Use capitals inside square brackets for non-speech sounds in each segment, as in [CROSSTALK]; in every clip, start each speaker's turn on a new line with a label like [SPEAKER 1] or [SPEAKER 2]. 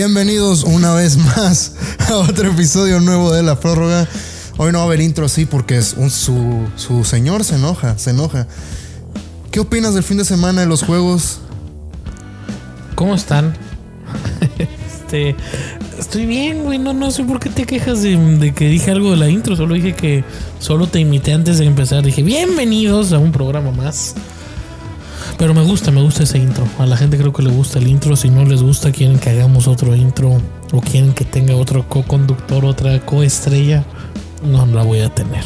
[SPEAKER 1] Bienvenidos una vez más a otro episodio nuevo de La Prórroga. Hoy no va a haber intro así porque es un- su, su señor se enoja, se enoja. ¿Qué opinas del fin de semana de los juegos?
[SPEAKER 2] ¿Cómo están? [LAUGHS] este, estoy bien, güey. No, no sé por qué te quejas de, de que dije algo de la intro. Solo dije que solo te imité antes de empezar. Dije, bienvenidos a un programa más. Pero me gusta, me gusta ese intro. A la gente creo que le gusta el intro. Si no les gusta, quieren que hagamos otro intro. O quieren que tenga otro co-conductor, otra co-estrella. No la voy a tener.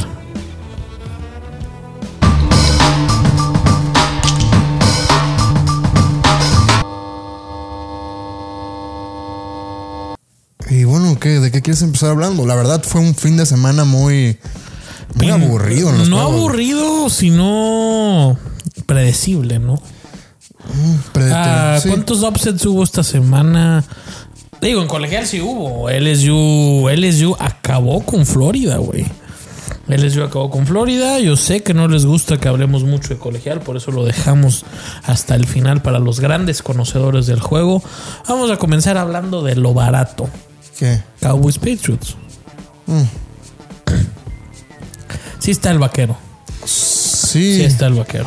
[SPEAKER 1] Y bueno, ¿qué, ¿de qué quieres empezar hablando? La verdad fue un fin de semana muy, muy
[SPEAKER 2] Pin-
[SPEAKER 1] aburrido. en los
[SPEAKER 2] No
[SPEAKER 1] juegos.
[SPEAKER 2] aburrido, sino predecible, ¿no?
[SPEAKER 1] Predete-
[SPEAKER 2] Ah,
[SPEAKER 1] Mm, Este, sí.
[SPEAKER 2] ¿Cuántos upsets hubo esta semana? Digo, en colegial sí hubo. LSU, LSU acabó con Florida, güey. LSU acabó con Florida. Yo sé que no les gusta que hablemos mucho de colegial, por eso lo dejamos hasta el final para los grandes conocedores del juego. Vamos a comenzar hablando de lo barato.
[SPEAKER 1] ¿Qué?
[SPEAKER 2] Cowboys Patriots.
[SPEAKER 1] Mm.
[SPEAKER 2] Sí está el vaquero.
[SPEAKER 1] Sí,
[SPEAKER 2] Sí
[SPEAKER 1] sí,
[SPEAKER 2] está el vaquero.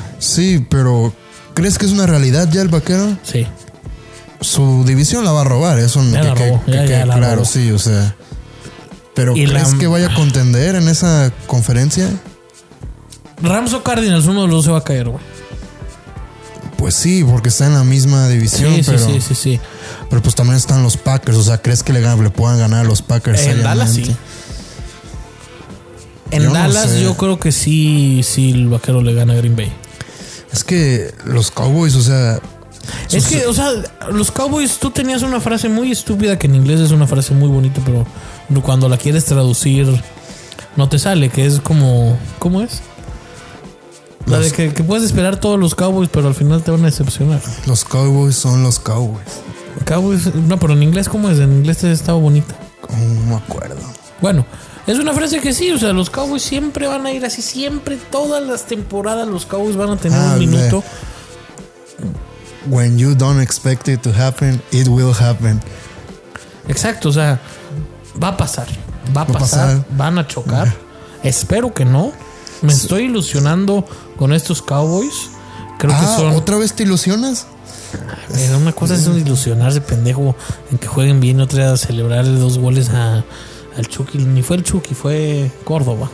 [SPEAKER 1] pero ¿crees que es una realidad ya el vaquero?
[SPEAKER 2] Sí.
[SPEAKER 1] Su división la va a robar, eso
[SPEAKER 2] Ya
[SPEAKER 1] que-
[SPEAKER 2] la
[SPEAKER 1] que-
[SPEAKER 2] robó,
[SPEAKER 1] que
[SPEAKER 2] ya- ya
[SPEAKER 1] quede
[SPEAKER 2] la
[SPEAKER 1] claro,
[SPEAKER 2] robó.
[SPEAKER 1] sí, o sea. Pero
[SPEAKER 2] Y la-
[SPEAKER 1] ¿crees que vaya a contender en esa conferencia?
[SPEAKER 2] Rams o Cardinals, uno de los dos se va a caer, güey.
[SPEAKER 1] Pues sí, porque está en la misma división,
[SPEAKER 2] Sí, sí,
[SPEAKER 1] pero,
[SPEAKER 2] sí, sí, sí.
[SPEAKER 1] pero pues también están los Packers, o sea, ¿crees que le, gan- le puedan ganar a los Packers?
[SPEAKER 2] En Dallas sí.
[SPEAKER 1] seriamente?
[SPEAKER 2] En
[SPEAKER 1] Yo no
[SPEAKER 2] Dallas
[SPEAKER 1] sé.
[SPEAKER 2] yo creo que sí, sí el vaquero le gana a Green Bay.
[SPEAKER 1] Es que los Cowboys, o sea,
[SPEAKER 2] Es que, o sea, los Cowboys, tú tenías una frase muy estúpida que en inglés es una frase muy bonita, pero cuando la quieres traducir no te sale, que es como, ¿cómo es? La de
[SPEAKER 1] Los-
[SPEAKER 2] que, que puedes esperar todos los Cowboys, pero al final te van a decepcionar.
[SPEAKER 1] los Cowboys son los Cowboys.
[SPEAKER 2] Cowboys, no, pero en inglés, ¿cómo es? En inglés te estaba bonita.
[SPEAKER 1] No me acuerdo.
[SPEAKER 2] Bueno, es una frase que sí, o sea, los Cowboys siempre van a ir así, siempre, todas las temporadas los Cowboys van a tener
[SPEAKER 1] Ah,
[SPEAKER 2] un
[SPEAKER 1] de-
[SPEAKER 2] minuto.
[SPEAKER 1] When you don't expect it to happen, it will happen.
[SPEAKER 2] Exacto, o sea, va a pasar, va a
[SPEAKER 1] Va a
[SPEAKER 2] pasar,
[SPEAKER 1] pasar.
[SPEAKER 2] van a chocar. Espero que no. Me estoy ilusionando con estos Cowboys. Creo
[SPEAKER 1] Ah,
[SPEAKER 2] que son
[SPEAKER 1] ¿otra vez te ilusionas?
[SPEAKER 2] eh, una cosa es ilusionarse pendejo en que jueguen bien, otra es celebrarle dos goles a, al Chucky, ni fue el Chucky, fue Córdoba.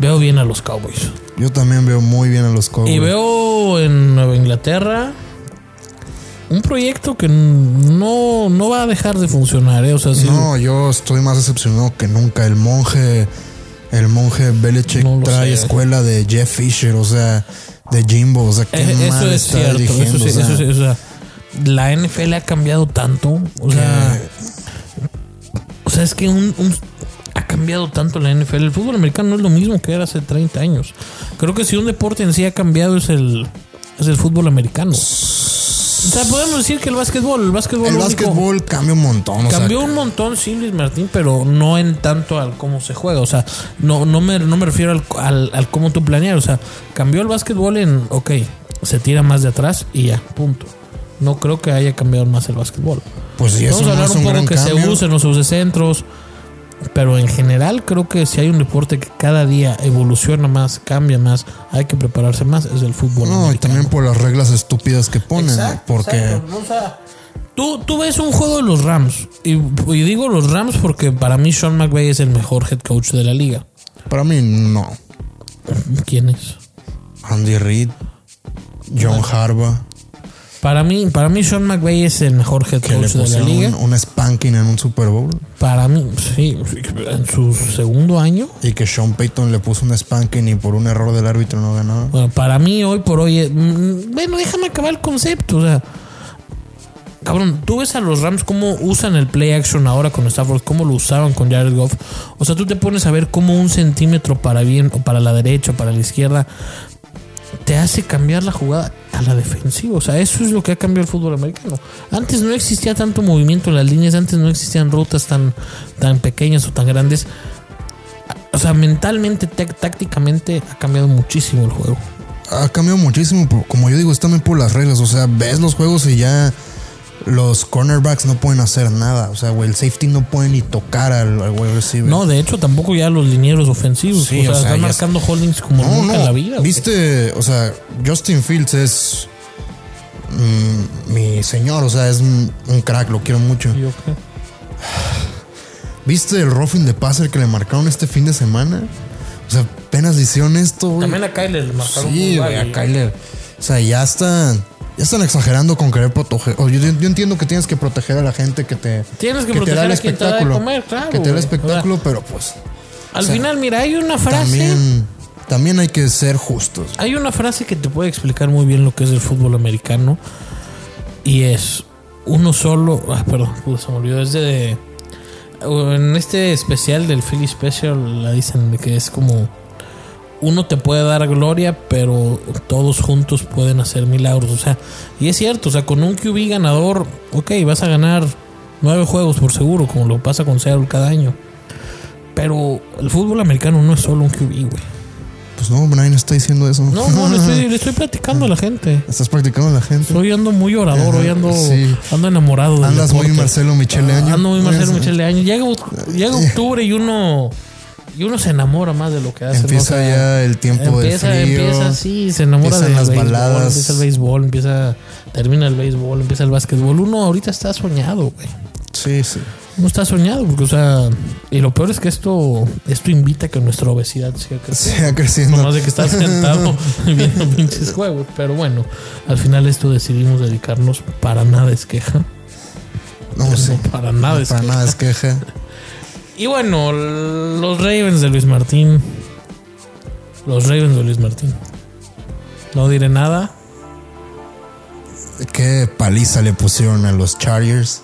[SPEAKER 2] Veo bien a los Cowboys.
[SPEAKER 1] Yo también veo muy bien a los Cowboys.
[SPEAKER 2] Y veo en Nueva Inglaterra un proyecto que no, no va a dejar de funcionar, ¿eh? O sea, sí,
[SPEAKER 1] No, yo estoy más decepcionado que nunca. El monje, el monje Belichick
[SPEAKER 2] No lo
[SPEAKER 1] trae
[SPEAKER 2] sé.
[SPEAKER 1] escuela de Jeff Fisher, o sea, de Jimbo, o sea, qué
[SPEAKER 2] Eh,
[SPEAKER 1] mal
[SPEAKER 2] eso es
[SPEAKER 1] está
[SPEAKER 2] cierto. Eso
[SPEAKER 1] dirigiendo.
[SPEAKER 2] sí,
[SPEAKER 1] o sea,
[SPEAKER 2] eso sí, o sea, la NFL ha cambiado tanto. O sea, o sea es que un, un- ha cambiado tanto la NFL. El fútbol americano no es lo mismo que era hace 30 años. Creo que si un deporte en sí ha cambiado es el, es el fútbol americano. O sea, podemos decir que el básquetbol, el básquetbol,
[SPEAKER 1] el
[SPEAKER 2] lo único-
[SPEAKER 1] básquetbol cambia un montón. o sea,
[SPEAKER 2] Cambió un montón, sí, Luis Martín, pero no en tanto al cómo se juega. O sea, no, no, me, no me refiero al, al, al cómo tú planeas. O sea, cambió el básquetbol en, ok, se tira más de atrás y ya, punto. No creo que haya cambiado más el básquetbol.
[SPEAKER 1] pues sí, eso
[SPEAKER 2] Vamos a
[SPEAKER 1] no
[SPEAKER 2] hablar
[SPEAKER 1] es
[SPEAKER 2] un
[SPEAKER 1] un
[SPEAKER 2] poco
[SPEAKER 1] gran
[SPEAKER 2] que se
[SPEAKER 1] cambio.
[SPEAKER 2] use, no se use centros. Pero en general creo que si hay un deporte que cada día evoluciona más, cambia más, hay que prepararse más, es el fútbol.
[SPEAKER 1] no, y
[SPEAKER 2] americano.
[SPEAKER 1] también por las reglas estúpidas que ponen.
[SPEAKER 2] Exacto,
[SPEAKER 1] porque
[SPEAKER 2] exacto. No, o sea, tú, tú ves un juego de los Rams. Y, y digo los Rams porque para mí Sean McVay es el mejor head coach de la liga.
[SPEAKER 1] para mí no.
[SPEAKER 2] ¿Quién es?
[SPEAKER 1] Andy Reid, John Harbaugh,
[SPEAKER 2] Para mí, para mí Sean McVay es el mejor head
[SPEAKER 1] que le
[SPEAKER 2] coach de la
[SPEAKER 1] pusieron
[SPEAKER 2] liga.
[SPEAKER 1] un, un spanking en un Super Bowl.
[SPEAKER 2] Para mí, sí, en su segundo año.
[SPEAKER 1] Y que Sean Payton le puso un spanking y por un error del árbitro no ganaba.
[SPEAKER 2] Bueno, para mí hoy por hoy, es- mm, bueno, déjame acabar el concepto, o sea, cabrón, tú ves a los Rams cómo usan el play action ahora con Stafford, cómo lo usaban con Jared Goff, o sea, tú te pones a ver cómo un centímetro para bien o para la derecha, o para la izquierda, te hace cambiar la jugada a la defensiva, o sea, eso es lo que ha cambiado el fútbol americano. Antes no existía tanto movimiento en las líneas, antes no existían rutas tan, tan pequeñas o tan grandes. O sea, mentalmente, tec- tácticamente ha cambiado muchísimo el juego.
[SPEAKER 1] Ha cambiado muchísimo, por- como yo digo, es también por las reglas. O sea, ves los juegos y ya los cornerbacks no pueden hacer nada. O sea, güey, el safety no puede ni tocar al, al wide receiver.
[SPEAKER 2] No, de hecho, tampoco ya los linieros ofensivos.
[SPEAKER 1] Sí,
[SPEAKER 2] o sea,
[SPEAKER 1] o sea,
[SPEAKER 2] están
[SPEAKER 1] ya
[SPEAKER 2] marcando holdings como nunca en la vida. güey.
[SPEAKER 1] Viste, o sea, Justin Fields es mm, mi señor, o sea, es un un crack, lo quiero mucho.
[SPEAKER 2] Yo creo.
[SPEAKER 1] ¿Viste el roughing de passer que le marcaron este fin de semana? O sea, apenas le hicieron esto, güey.
[SPEAKER 2] También a Kyler le marcaron
[SPEAKER 1] Sí,
[SPEAKER 2] un
[SPEAKER 1] güey,
[SPEAKER 2] jugador
[SPEAKER 1] a
[SPEAKER 2] y-
[SPEAKER 1] Kyler. O sea, ya están. Ya están exagerando con querer proteger. o yo, yo entiendo que tienes que proteger a la gente que te.
[SPEAKER 2] Tienes que
[SPEAKER 1] te
[SPEAKER 2] proteger a quien te da de comer, claro,
[SPEAKER 1] que te da el
[SPEAKER 2] güey.
[SPEAKER 1] espectáculo, pero pues.
[SPEAKER 2] Al
[SPEAKER 1] o sea,
[SPEAKER 2] final, mira, hay una frase.
[SPEAKER 1] También, también hay que ser justos.
[SPEAKER 2] Hay una frase que te puede explicar muy bien lo que es el fútbol americano. Y es uno solo. Ah, perdón, puta, se me olvidó. Es de. En este especial del Philly Special la dicen de que es como. Uno te puede dar gloria, pero todos juntos pueden hacer milagros. O sea, y es cierto, o sea, con un QB ganador, ok, vas a ganar nueve juegos por seguro, como lo pasa con Seattle cada año. Pero el fútbol americano no es solo un QB, güey.
[SPEAKER 1] Pues no, Brian está diciendo eso.
[SPEAKER 2] No, no, le estoy, le estoy platicando a la gente.
[SPEAKER 1] [LAUGHS] Estás practicando a la gente.
[SPEAKER 2] Hoy ando muy orador,
[SPEAKER 1] Ajá,
[SPEAKER 2] hoy ando,
[SPEAKER 1] sí.
[SPEAKER 2] ando enamorado. del
[SPEAKER 1] Andas muy
[SPEAKER 2] deporte.
[SPEAKER 1] Marcelo Michele
[SPEAKER 2] Ah,
[SPEAKER 1] Año.
[SPEAKER 2] Ando muy Marcelo
[SPEAKER 1] Pues,
[SPEAKER 2] Michele Año. Llega, oc- llega octubre y uno, y uno se enamora más de lo que hace. ¿no?
[SPEAKER 1] Empieza
[SPEAKER 2] O sea,
[SPEAKER 1] ya el tiempo
[SPEAKER 2] Empieza,
[SPEAKER 1] de frío.
[SPEAKER 2] empieza así, se enamora
[SPEAKER 1] empiezan
[SPEAKER 2] de
[SPEAKER 1] las
[SPEAKER 2] béisbol,
[SPEAKER 1] baladas.
[SPEAKER 2] empieza el béisbol, empieza, termina el béisbol, empieza el básquetbol. Uno ahorita está soñado, güey.
[SPEAKER 1] Sí, sí.
[SPEAKER 2] Uno está soñado, porque, o sea, y lo peor es que esto, esto invita a que nuestra obesidad siga creciendo.
[SPEAKER 1] Se va creciendo.
[SPEAKER 2] Nomás de que estás sentado [LAUGHS] viendo pinches juegos. Pero bueno, al final esto decidimos dedicarnos para nada es queja.
[SPEAKER 1] [LAUGHS] No, Oh, sí.
[SPEAKER 2] Para [LAUGHS] nada es
[SPEAKER 1] Para
[SPEAKER 2] queja.
[SPEAKER 1] nada es queja.
[SPEAKER 2] Y bueno, l- los Ravens de Luis Martín. Los Ravens de Luis Martín. No diré nada.
[SPEAKER 1] Qué paliza le pusieron a los Chargers.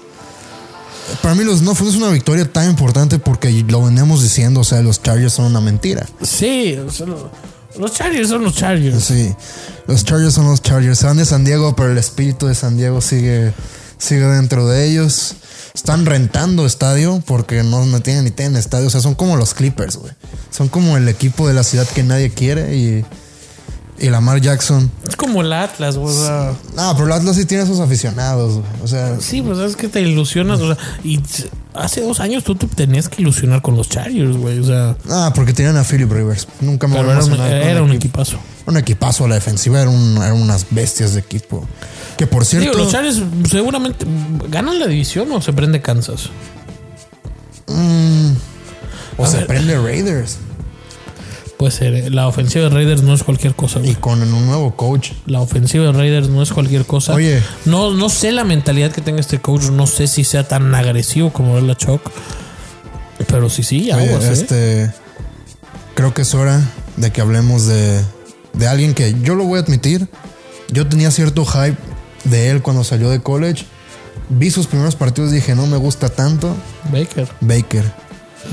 [SPEAKER 1] Para mí los no fue una victoria tan importante porque lo veníamos diciendo, o sea, los Chargers son una mentira. Pues
[SPEAKER 2] Sí, o sea, lo- los Chargers son los Chargers.
[SPEAKER 1] Sí, los Chargers son los Chargers. Se van de San Diego, pero el espíritu de San Diego sigue, sigue dentro de ellos. Están rentando estadio porque no, no tienen ni tienen estadio. O sea, son como los Clippers, güey. Son como el equipo de la ciudad que nadie quiere y, y Lamar Jackson.
[SPEAKER 2] Es como el Atlas, o sea.
[SPEAKER 1] Ah, pero el Atlas sí tiene a sus aficionados, güey. O sea,
[SPEAKER 2] Sí, pues es que te ilusionas. O sea, y t- hace dos años tú te tenías que ilusionar con los Chargers, güey. O sea,
[SPEAKER 1] ah, porque tienen a Philip Rivers. Nunca me
[SPEAKER 2] pero
[SPEAKER 1] voy a
[SPEAKER 2] era un,
[SPEAKER 1] emocionar con
[SPEAKER 2] era
[SPEAKER 1] el
[SPEAKER 2] un
[SPEAKER 1] equipo.
[SPEAKER 2] equipazo.
[SPEAKER 1] Un equipazo a la defensiva, eran, un- eran unas bestias de equipo. Que por cierto.
[SPEAKER 2] Digo, los Chargers seguramente ganan la división o se prende Kansas.
[SPEAKER 1] mm, o
[SPEAKER 2] A
[SPEAKER 1] se
[SPEAKER 2] ver.
[SPEAKER 1] prende Raiders.
[SPEAKER 2] Puede ser. eh. La ofensiva de Raiders no es cualquier cosa. güey.
[SPEAKER 1] Y con un nuevo coach.
[SPEAKER 2] La ofensiva de Raiders no es cualquier cosa.
[SPEAKER 1] Oye.
[SPEAKER 2] No, no sé la mentalidad que tenga este coach. No sé si sea tan agresivo como era la Choc. Pero sí, sí,
[SPEAKER 1] Oye,
[SPEAKER 2] aguas, eh.
[SPEAKER 1] este. Creo que es hora de que hablemos de, de alguien que yo lo voy a admitir. Yo tenía cierto hype de él cuando salió de college. Vi sus primeros partidos y dije, no me gusta tanto.
[SPEAKER 2] eh. Baker.
[SPEAKER 1] Baker.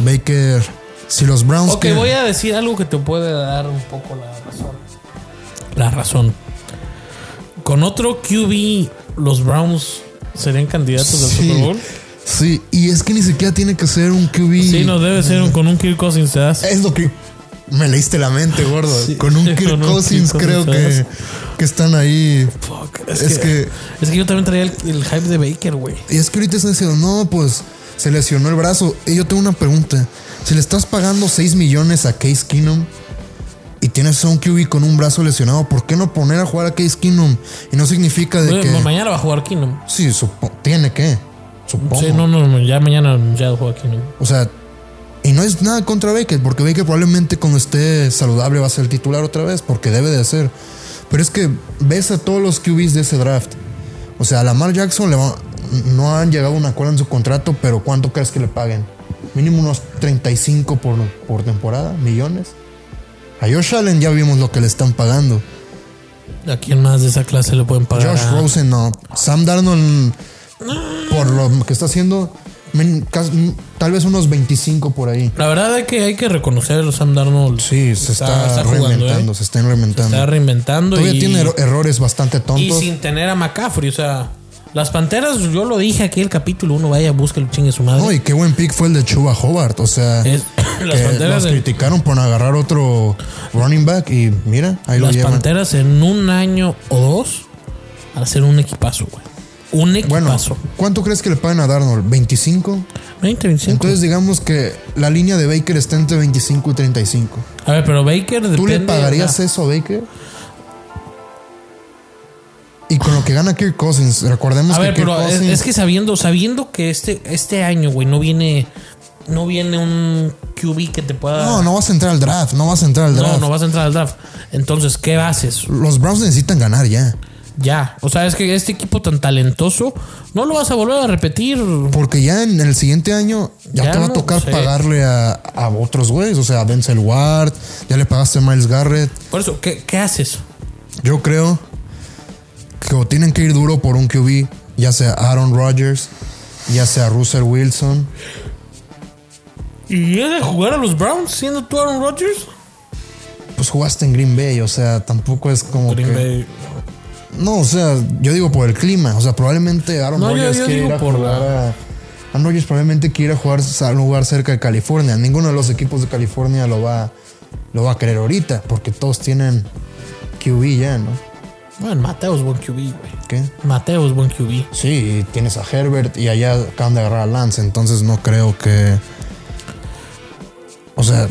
[SPEAKER 1] Baker. Si los Browns.
[SPEAKER 2] Ok,
[SPEAKER 1] quieren-
[SPEAKER 2] voy a decir algo que te puede dar un poco la razón. La razón. Con otro QB, los Browns serían candidatos al
[SPEAKER 1] Sí.
[SPEAKER 2] Super Bowl.
[SPEAKER 1] Sí, y es que ni siquiera tiene que ser un QB.
[SPEAKER 2] Sí, no debe ser un- con un Kirk Cousins. ¿te das?
[SPEAKER 1] Es lo que. Me leíste la mente, gordo.
[SPEAKER 2] Sí,
[SPEAKER 1] con un
[SPEAKER 2] sí,
[SPEAKER 1] Kirk
[SPEAKER 2] [LAUGHS] con un
[SPEAKER 1] Cousins
[SPEAKER 2] Kirk
[SPEAKER 1] creo
[SPEAKER 2] Cousins.
[SPEAKER 1] que, que están ahí.
[SPEAKER 2] Fuck,
[SPEAKER 1] Es,
[SPEAKER 2] es, que,
[SPEAKER 1] que
[SPEAKER 2] es que yo también traía el, el hype de Baker, güey.
[SPEAKER 1] Y es que ahorita están diciendo, no, pues se lesionó el brazo. Y yo tengo una pregunta. Si le estás pagando 6 millones a Case Keenum y tienes a un QB con un brazo lesionado, ¿por qué no poner a jugar a Case Keenum? Y no significa de
[SPEAKER 2] Oye,
[SPEAKER 1] que...
[SPEAKER 2] ma- Mañana va a jugar Keenum.
[SPEAKER 1] Sí, supo- tiene que. Supongo.
[SPEAKER 2] Sí, no, no, no, ya mañana anunciado juega Keenum.
[SPEAKER 1] O sea, y no es nada contra Baker, porque Baker probablemente cuando esté saludable va a ser el titular otra vez, porque debe de ser. Pero es que ves a todos los QBs de ese draft. O sea, a Lamar Jackson le va- no han llegado a un acuerdo en su contrato, pero ¿cuánto crees que le paguen? Mínimo unos 35 por, por temporada, millones. A Josh Allen ya vimos lo que le están pagando.
[SPEAKER 2] ¿A quién más de esa clase le pueden pagar? Ah,
[SPEAKER 1] Josh
[SPEAKER 2] a-
[SPEAKER 1] Rosen no. Sam Darnold, por lo que está haciendo, men- cas- tal vez unos 25 por ahí.
[SPEAKER 2] La verdad es que hay que reconocer a Sam Darnold.
[SPEAKER 1] Sí, se está,
[SPEAKER 2] jugando,
[SPEAKER 1] reinventando,
[SPEAKER 2] ¿eh?
[SPEAKER 1] se está reinventando.
[SPEAKER 2] Está reinventando.
[SPEAKER 1] Todavía
[SPEAKER 2] y,
[SPEAKER 1] tiene er- errores bastante
[SPEAKER 2] y
[SPEAKER 1] tontos.
[SPEAKER 2] sin tener a McCaffrey, o sea... Las Panteras, yo lo dije aquí el capítulo 1, vaya, busca el chingue su madre.
[SPEAKER 1] No, y qué buen pick fue el de Chuba Hobart. O sea,
[SPEAKER 2] Es-
[SPEAKER 1] que
[SPEAKER 2] Eh, [COUGHS] las Panteras
[SPEAKER 1] los
[SPEAKER 2] de-
[SPEAKER 1] criticaron por agarrar otro running back y mira, ahí lo
[SPEAKER 2] Las
[SPEAKER 1] llevan.
[SPEAKER 2] Panteras en un año o dos van a ser un equipazo, güey. un
[SPEAKER 1] Bueno,
[SPEAKER 2] equipazo.
[SPEAKER 1] ¿cuánto crees que le pagan a Darnold? ¿25?
[SPEAKER 2] 20, 25.
[SPEAKER 1] Entonces digamos que la línea de Baker está entre 25 y 35.
[SPEAKER 2] a ver, pero Baker depende.
[SPEAKER 1] ¿Tú le
[SPEAKER 2] o
[SPEAKER 1] pagarías
[SPEAKER 2] sea,
[SPEAKER 1] eso a Baker? Y con lo que gana Kirk Cousins, recordemos
[SPEAKER 2] A
[SPEAKER 1] que
[SPEAKER 2] ver,
[SPEAKER 1] Kirk
[SPEAKER 2] pero es,
[SPEAKER 1] Cousins
[SPEAKER 2] es que sabiendo, sabiendo que este, este año, güey, no viene. No viene un QB que te pueda.
[SPEAKER 1] No, no vas a entrar al draft, no vas a entrar al
[SPEAKER 2] No,
[SPEAKER 1] draft.
[SPEAKER 2] no vas a entrar al draft. Entonces, ¿qué haces?
[SPEAKER 1] Los Browns necesitan ganar ya.
[SPEAKER 2] Ya. O sea, es que este equipo tan talentoso no lo vas a volver a repetir.
[SPEAKER 1] Porque ya en el siguiente año ya,
[SPEAKER 2] Ya
[SPEAKER 1] te va a
[SPEAKER 2] no,
[SPEAKER 1] tocar
[SPEAKER 2] sí.
[SPEAKER 1] pagarle a, a otros güeyes. O sea, a Denzel Ward, ya le pagaste a Miles Garrett.
[SPEAKER 2] Por eso, ¿qué, qué haces?
[SPEAKER 1] Yo creo que o tienen que ir duro por un QB, ya sea Aaron Rodgers, ya sea Russell Wilson.
[SPEAKER 2] ¿Y llega a jugar a los Browns siendo tú Aaron Rodgers?
[SPEAKER 1] Pues jugaste en Green Bay, o sea, tampoco es como
[SPEAKER 2] Green
[SPEAKER 1] que.
[SPEAKER 2] Bay.
[SPEAKER 1] No, o sea, yo digo por el clima. O sea, probablemente Aaron
[SPEAKER 2] No, yo-
[SPEAKER 1] Rodgers
[SPEAKER 2] yo
[SPEAKER 1] quiere
[SPEAKER 2] digo
[SPEAKER 1] ir a
[SPEAKER 2] por
[SPEAKER 1] jugar a. Aaron Rodgers probablemente quiera jugar a un lugar cerca de California. Ninguno de los equipos de California lo va, lo va a querer ahorita, porque todos tienen QB ya, ¿no?
[SPEAKER 2] Bueno, Mateo es buen QB, güey.
[SPEAKER 1] ¿Qué?
[SPEAKER 2] Mateo es buen QB.
[SPEAKER 1] Sí, y tienes a Herbert y allá acaban de agarrar a Lance, entonces no creo que. O sea,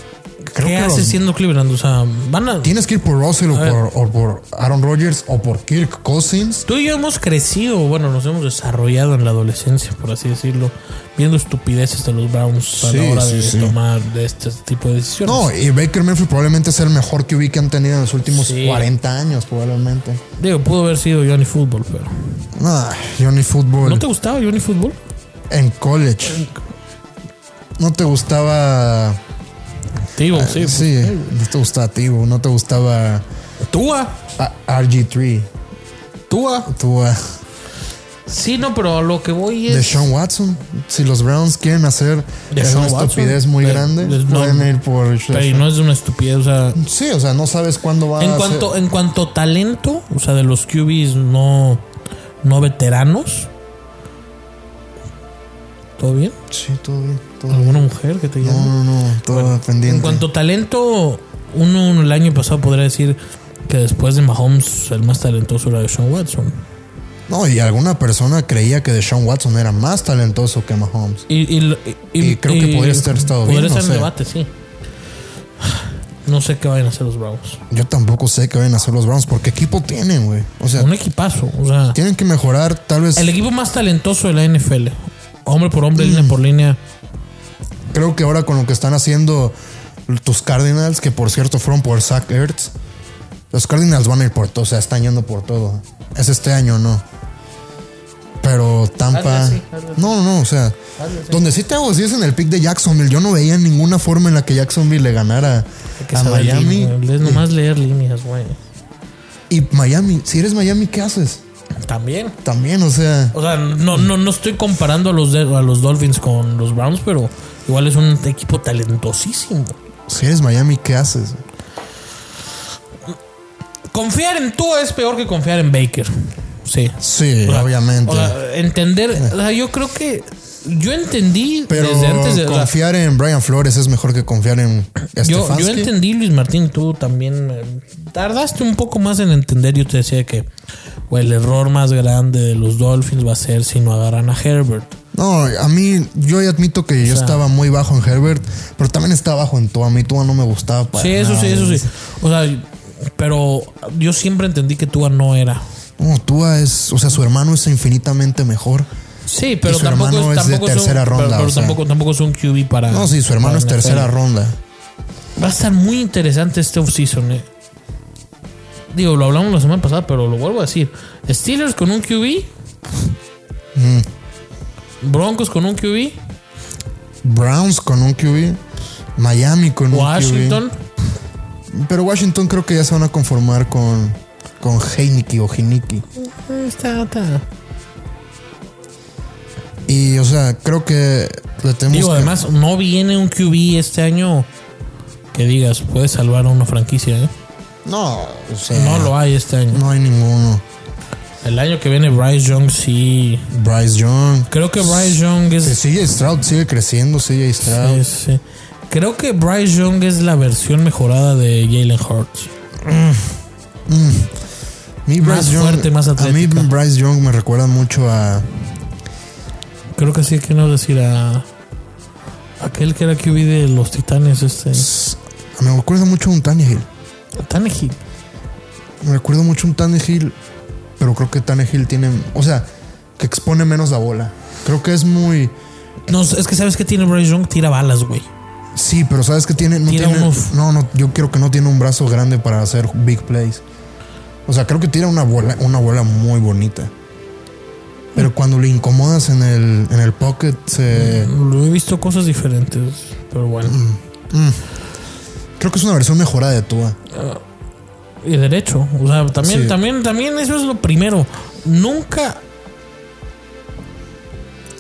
[SPEAKER 1] creo
[SPEAKER 2] ¿Qué
[SPEAKER 1] que
[SPEAKER 2] haces
[SPEAKER 1] los-
[SPEAKER 2] siendo Cleveland? O sea, van a.
[SPEAKER 1] tienes que ir por Russell o por, o por Aaron Rodgers o por Kirk Cousins.
[SPEAKER 2] Tú y yo hemos crecido, bueno, nos hemos desarrollado en la adolescencia, por así decirlo, viendo estupideces de los Browns a
[SPEAKER 1] Sí,
[SPEAKER 2] la hora
[SPEAKER 1] sí,
[SPEAKER 2] de
[SPEAKER 1] sí.
[SPEAKER 2] tomar de este tipo de decisiones.
[SPEAKER 1] No, y Baker Mayfield probablemente es el mejor QB que han tenido en los últimos
[SPEAKER 2] Sí.
[SPEAKER 1] 40 años, probablemente.
[SPEAKER 2] Digo, pudo haber sido Johnny Football, pero.
[SPEAKER 1] Ah, Johnny Football
[SPEAKER 2] ¿No te gustaba Johnny Football?
[SPEAKER 1] en college. No te gustaba.
[SPEAKER 2] Digo, sí.
[SPEAKER 1] Ah, Sí, no te gustaba Tivo, no te gustaba ah,
[SPEAKER 2] Tua.
[SPEAKER 1] a- RG3.
[SPEAKER 2] Tua.
[SPEAKER 1] Tú, a
[SPEAKER 2] Sí, no, pero a lo que voy
[SPEAKER 1] de
[SPEAKER 2] es.
[SPEAKER 1] Sean Watson. Si los Browns quieren hacer es
[SPEAKER 2] Sean
[SPEAKER 1] una
[SPEAKER 2] Watson.
[SPEAKER 1] estupidez muy
[SPEAKER 2] Pero,
[SPEAKER 1] grande,
[SPEAKER 2] pues, no.
[SPEAKER 1] pueden ir por.
[SPEAKER 2] Pero y no es una estupidez, o sea.
[SPEAKER 1] Sí, o sea, no sabes cuándo va
[SPEAKER 2] En
[SPEAKER 1] a ser-
[SPEAKER 2] cuanto, en cuanto a talento, o sea, de los QBs no, no veteranos. ¿Todo bien?
[SPEAKER 1] Sí, todo bien. todo bien.
[SPEAKER 2] ¿Alguna mujer que te llame?
[SPEAKER 1] No, no, no, todo pendiente.
[SPEAKER 2] En cuanto a talento, uno el año pasado podría decir que después de Mahomes, el más talentoso era Sean Watson.
[SPEAKER 1] No, y alguna persona creía que Deshaun Watson era más talentoso que Mahomes.
[SPEAKER 2] Y, y-
[SPEAKER 1] Y creo que podría estar estado bien, no
[SPEAKER 2] Podría estar en
[SPEAKER 1] sé.
[SPEAKER 2] debate, sí. No sé qué vayan a hacer los Browns.
[SPEAKER 1] Yo tampoco sé qué van a hacer los Browns, porque equipo tienen, güey. O sea,
[SPEAKER 2] Un equipazo. O sea,
[SPEAKER 1] tienen que mejorar, tal vez.
[SPEAKER 2] el equipo más talentoso de la NFL. Hombre por hombre, línea por línea.
[SPEAKER 1] Creo que ahora con lo que están haciendo tus Cardinals, que por cierto fueron por Zach Ertz, los Cardinals van a ir por todo, o sea, están yendo por todo. Es este año, no. Pero Tampa.
[SPEAKER 2] Hazle así, hazle así.
[SPEAKER 1] No, no, no, o sea.
[SPEAKER 2] Hazle así.
[SPEAKER 1] Donde sí te hago así es en el pick de Jacksonville. Yo no veía ninguna forma en la que Jacksonville le ganara
[SPEAKER 2] Que
[SPEAKER 1] a
[SPEAKER 2] se vaya,
[SPEAKER 1] Miami.
[SPEAKER 2] güey. Es nomás leer líneas, güey.
[SPEAKER 1] Y Miami, si eres Miami, ¿qué haces?
[SPEAKER 2] También.
[SPEAKER 1] También, o sea,
[SPEAKER 2] O sea, no, no, no estoy comparando a los, de- a los Dolphins con los Browns, pero igual es un equipo talentosísimo.
[SPEAKER 1] si eres Miami, ¿qué haces?
[SPEAKER 2] Confiar en tú es peor que confiar en Baker. Sí.
[SPEAKER 1] Sí, obviamente.
[SPEAKER 2] O sea, entender. o sea, yo creo que. Yo entendí
[SPEAKER 1] pero
[SPEAKER 2] desde antes de. o sea,
[SPEAKER 1] confiar en Brian Flores es mejor que confiar en
[SPEAKER 2] yo, yo
[SPEAKER 1] Stefanski.
[SPEAKER 2] entendí, Luis Martín, tú también. eh, tardaste un poco más en entender. Yo te decía que. güey, el error más grande de los Dolphins va a ser si no agarran a Herbert.
[SPEAKER 1] No, a mí, yo ya admito que yo estaba muy bajo en Herbert, pero también estaba bajo en Tua. A mí Tua no me gustaba para
[SPEAKER 2] Sí, eso
[SPEAKER 1] nada.
[SPEAKER 2] sí, eso sí. O sea, pero yo siempre entendí que Tua no era.
[SPEAKER 1] No, Tua es, o sea, su hermano es infinitamente mejor.
[SPEAKER 2] Sí, pero
[SPEAKER 1] su
[SPEAKER 2] tampoco
[SPEAKER 1] hermano
[SPEAKER 2] es,
[SPEAKER 1] es de
[SPEAKER 2] tampoco es
[SPEAKER 1] tercera
[SPEAKER 2] un, pero-
[SPEAKER 1] ronda,
[SPEAKER 2] pero
[SPEAKER 1] o sea.
[SPEAKER 2] tampoco, tampoco es un QB para.
[SPEAKER 1] No, sí, su hermano
[SPEAKER 2] para
[SPEAKER 1] es
[SPEAKER 2] NFL.
[SPEAKER 1] tercera ronda.
[SPEAKER 2] Va a estar muy interesante este offseason. eh. Digo, lo hablamos la semana pasada, pero lo vuelvo a decir. Steelers con un QB. Broncos con Mm. un QB.
[SPEAKER 1] Browns con un QB, Miami con
[SPEAKER 2] Washington.
[SPEAKER 1] un QB. Pero Washington creo que ya se van a conformar con, con Heineke o Hiniki.
[SPEAKER 2] Eh, Está- está.
[SPEAKER 1] Y, o sea, creo que le tenemos
[SPEAKER 2] Digo,
[SPEAKER 1] que-
[SPEAKER 2] además, no viene un QB este año que digas, puede salvar a una franquicia. eh.
[SPEAKER 1] No, o sea,
[SPEAKER 2] No lo hay este año.
[SPEAKER 1] no hay ninguno.
[SPEAKER 2] El año que viene Bryce Young sí.
[SPEAKER 1] Bryce Young.
[SPEAKER 2] Creo que Bryce Young
[SPEAKER 1] Sí,
[SPEAKER 2] es.
[SPEAKER 1] CJ Stroud sigue creciendo, CJ Stroud.
[SPEAKER 2] sí, sí. Creo que Bryce Young es la versión mejorada de Jalen Hurts.
[SPEAKER 1] mí
[SPEAKER 2] Más fuerte, más
[SPEAKER 1] a mí
[SPEAKER 2] atlética.
[SPEAKER 1] Bryce Young me recuerda mucho a.
[SPEAKER 2] Creo que sí que no decir a. Aquel que era QB de los Titanes, este.
[SPEAKER 1] Me recuerda mucho a un Tannehill.
[SPEAKER 2] Tannehill.
[SPEAKER 1] Me recuerda mucho a un Tannehill, pero creo que Tannehill tiene. O sea, que expone menos la bola. Creo que es muy.
[SPEAKER 2] No, es que sabes que tiene Bryce Young, tira balas, güey.
[SPEAKER 1] Sí, pero sabes que tiene. No,
[SPEAKER 2] Tira
[SPEAKER 1] tiene-
[SPEAKER 2] unos-
[SPEAKER 1] no, no, yo creo que no tiene un brazo grande para hacer big plays. O sea, creo que tira una bola, una bola muy bonita.
[SPEAKER 2] Mm.
[SPEAKER 1] Pero cuando le incomodas en el, en el pocket, se.
[SPEAKER 2] Lo he visto cosas diferentes, pero bueno.
[SPEAKER 1] Creo que es una versión mejorada de Tua.
[SPEAKER 2] Y derecho. O sea, también,
[SPEAKER 1] Sí.
[SPEAKER 2] también, también eso es lo primero. Nunca,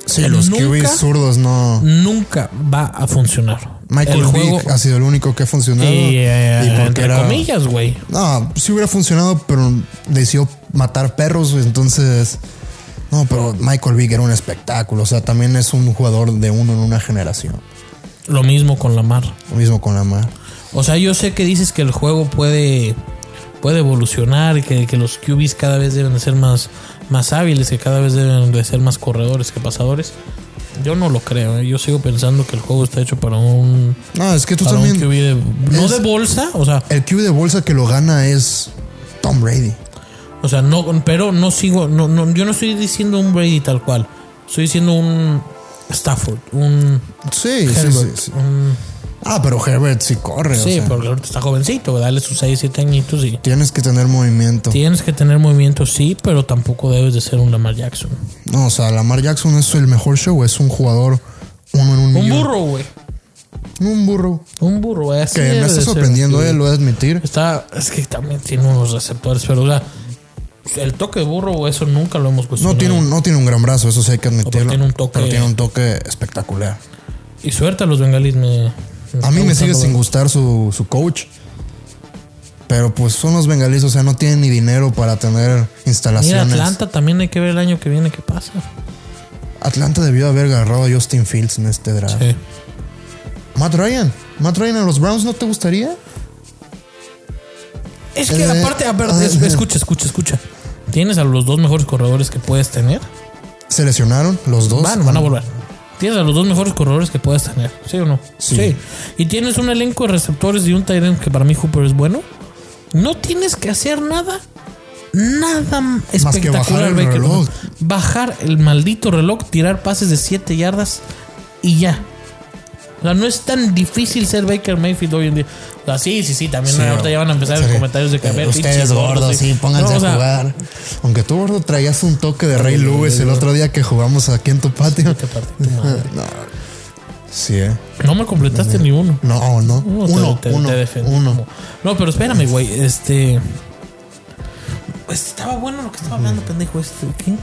[SPEAKER 1] Sí, los
[SPEAKER 2] Nunca-
[SPEAKER 1] QBs zurdos no.
[SPEAKER 2] nunca va a funcionar.
[SPEAKER 1] Michael
[SPEAKER 2] El juego.
[SPEAKER 1] Vick ha sido el único que ha funcionado.
[SPEAKER 2] y, eh,
[SPEAKER 1] y porque
[SPEAKER 2] entre
[SPEAKER 1] era-
[SPEAKER 2] comillas, güey.
[SPEAKER 1] No, sí hubiera funcionado, pero decidió matar perros, güey, entonces. No, pero Michael Vick era un espectáculo. O sea, también es un jugador de uno en una generación.
[SPEAKER 2] Lo mismo con Lamar.
[SPEAKER 1] Lo mismo con Lamar.
[SPEAKER 2] O sea, yo sé que dices que el juego puede, puede evolucionar, que, que los QBs cada vez deben de ser más, más hábiles, que cada vez deben de ser más corredores que pasadores. Yo no lo creo. eh. Yo sigo pensando que el juego está hecho para un,
[SPEAKER 1] No, es que tú
[SPEAKER 2] para un
[SPEAKER 1] también.
[SPEAKER 2] QB de, no
[SPEAKER 1] es-
[SPEAKER 2] de bolsa, o sea,
[SPEAKER 1] El QB de bolsa que lo gana es Tom Brady.
[SPEAKER 2] O sea, no, pero no sigo, no, no, yo no estoy diciendo un Brady tal cual. Estoy diciendo un Stafford, un
[SPEAKER 1] Sí, sí, sí,
[SPEAKER 2] Herbert,
[SPEAKER 1] sí.
[SPEAKER 2] un-
[SPEAKER 1] Ah, pero Herbert sí corre. o
[SPEAKER 2] sí,
[SPEAKER 1] sea,
[SPEAKER 2] porque ahorita está jovencito, ¿verdad? dale sus 6, 7 añitos y
[SPEAKER 1] Tienes que tener movimiento.
[SPEAKER 2] tienes que tener movimiento, sí, pero tampoco debes de ser un Lamar Jackson.
[SPEAKER 1] No, o sea, Lamar Jackson es el mejor show. Es un jugador uno en un,
[SPEAKER 2] Un
[SPEAKER 1] millón.
[SPEAKER 2] burro, güey.
[SPEAKER 1] Un burro.
[SPEAKER 2] Un burro, güey. así
[SPEAKER 1] Que
[SPEAKER 2] debe
[SPEAKER 1] me
[SPEAKER 2] de
[SPEAKER 1] está
[SPEAKER 2] ser.
[SPEAKER 1] sorprendiendo, eh, lo voy a admitir.
[SPEAKER 2] Está, es que también tiene unos receptores, pero o sea, el toque de burro, güey, eso nunca lo hemos cuestionado.
[SPEAKER 1] No tiene, un, no tiene un gran brazo, eso sí hay que admitirlo.
[SPEAKER 2] tiene un toque-
[SPEAKER 1] Pero tiene un toque espectacular.
[SPEAKER 2] Y suerte a los bengalís. me-
[SPEAKER 1] A mí
[SPEAKER 2] está
[SPEAKER 1] me sigue
[SPEAKER 2] gustando.
[SPEAKER 1] sin gustar su, su coach. Pero pues son los bengalíes, o sea, no tienen ni dinero para tener
[SPEAKER 2] Mira,
[SPEAKER 1] instalaciones.
[SPEAKER 2] Atlanta también hay que ver el año que viene qué pasa.
[SPEAKER 1] Atlanta debió haber agarrado a Justin Fields en este draft.
[SPEAKER 2] Sí.
[SPEAKER 1] Matt Ryan. Matt Ryan a los Browns, ¿no te gustaría?
[SPEAKER 2] Es que
[SPEAKER 1] Eh,
[SPEAKER 2] aparte, aparte, es-
[SPEAKER 1] ajá.
[SPEAKER 2] escucha, escucha, escucha. Tienes a los dos mejores corredores que puedes tener.
[SPEAKER 1] Se lesionaron los dos.
[SPEAKER 2] Van, van a volver. Tienes a los dos mejores corredores que puedes tener, ¿sí o no?
[SPEAKER 1] Sí.
[SPEAKER 2] Y tienes un elenco de receptores y un tight end que para mí Hooper es bueno. No tienes que hacer nada, nada espectacular.
[SPEAKER 1] que bajar el
[SPEAKER 2] Baker
[SPEAKER 1] reloj.
[SPEAKER 2] Mayfield. Bajar el maldito reloj, tirar pases de 7 yardas y ya. O sea, no es tan difícil ser Baker Mayfield hoy en día. O sea, sí, sí, sí, también
[SPEAKER 1] Sí,
[SPEAKER 2] ahorita ya van a empezar los
[SPEAKER 1] sí.
[SPEAKER 2] comentarios de que a ver,
[SPEAKER 1] Eh, Ustedes
[SPEAKER 2] pinches
[SPEAKER 1] gordos, sí, pónganse
[SPEAKER 2] No, o sea,
[SPEAKER 1] a jugar. Aunque tú, gordo, traías un toque de Rey Lewis el otro día que jugamos aquí en tu patio.
[SPEAKER 2] te partí tu madre.
[SPEAKER 1] No. Sí, eh.
[SPEAKER 2] No me completaste ni uno.
[SPEAKER 1] No, no.
[SPEAKER 2] Uno, te-
[SPEAKER 1] Uno,
[SPEAKER 2] te,
[SPEAKER 1] uno,
[SPEAKER 2] te defendí.
[SPEAKER 1] uno.
[SPEAKER 2] No, pero espérame, güey. Este. pues, estaba bueno lo que estaba hablando,
[SPEAKER 1] Mm.
[SPEAKER 2] pendejo. Este. ¿Qué?
[SPEAKER 1] Eh,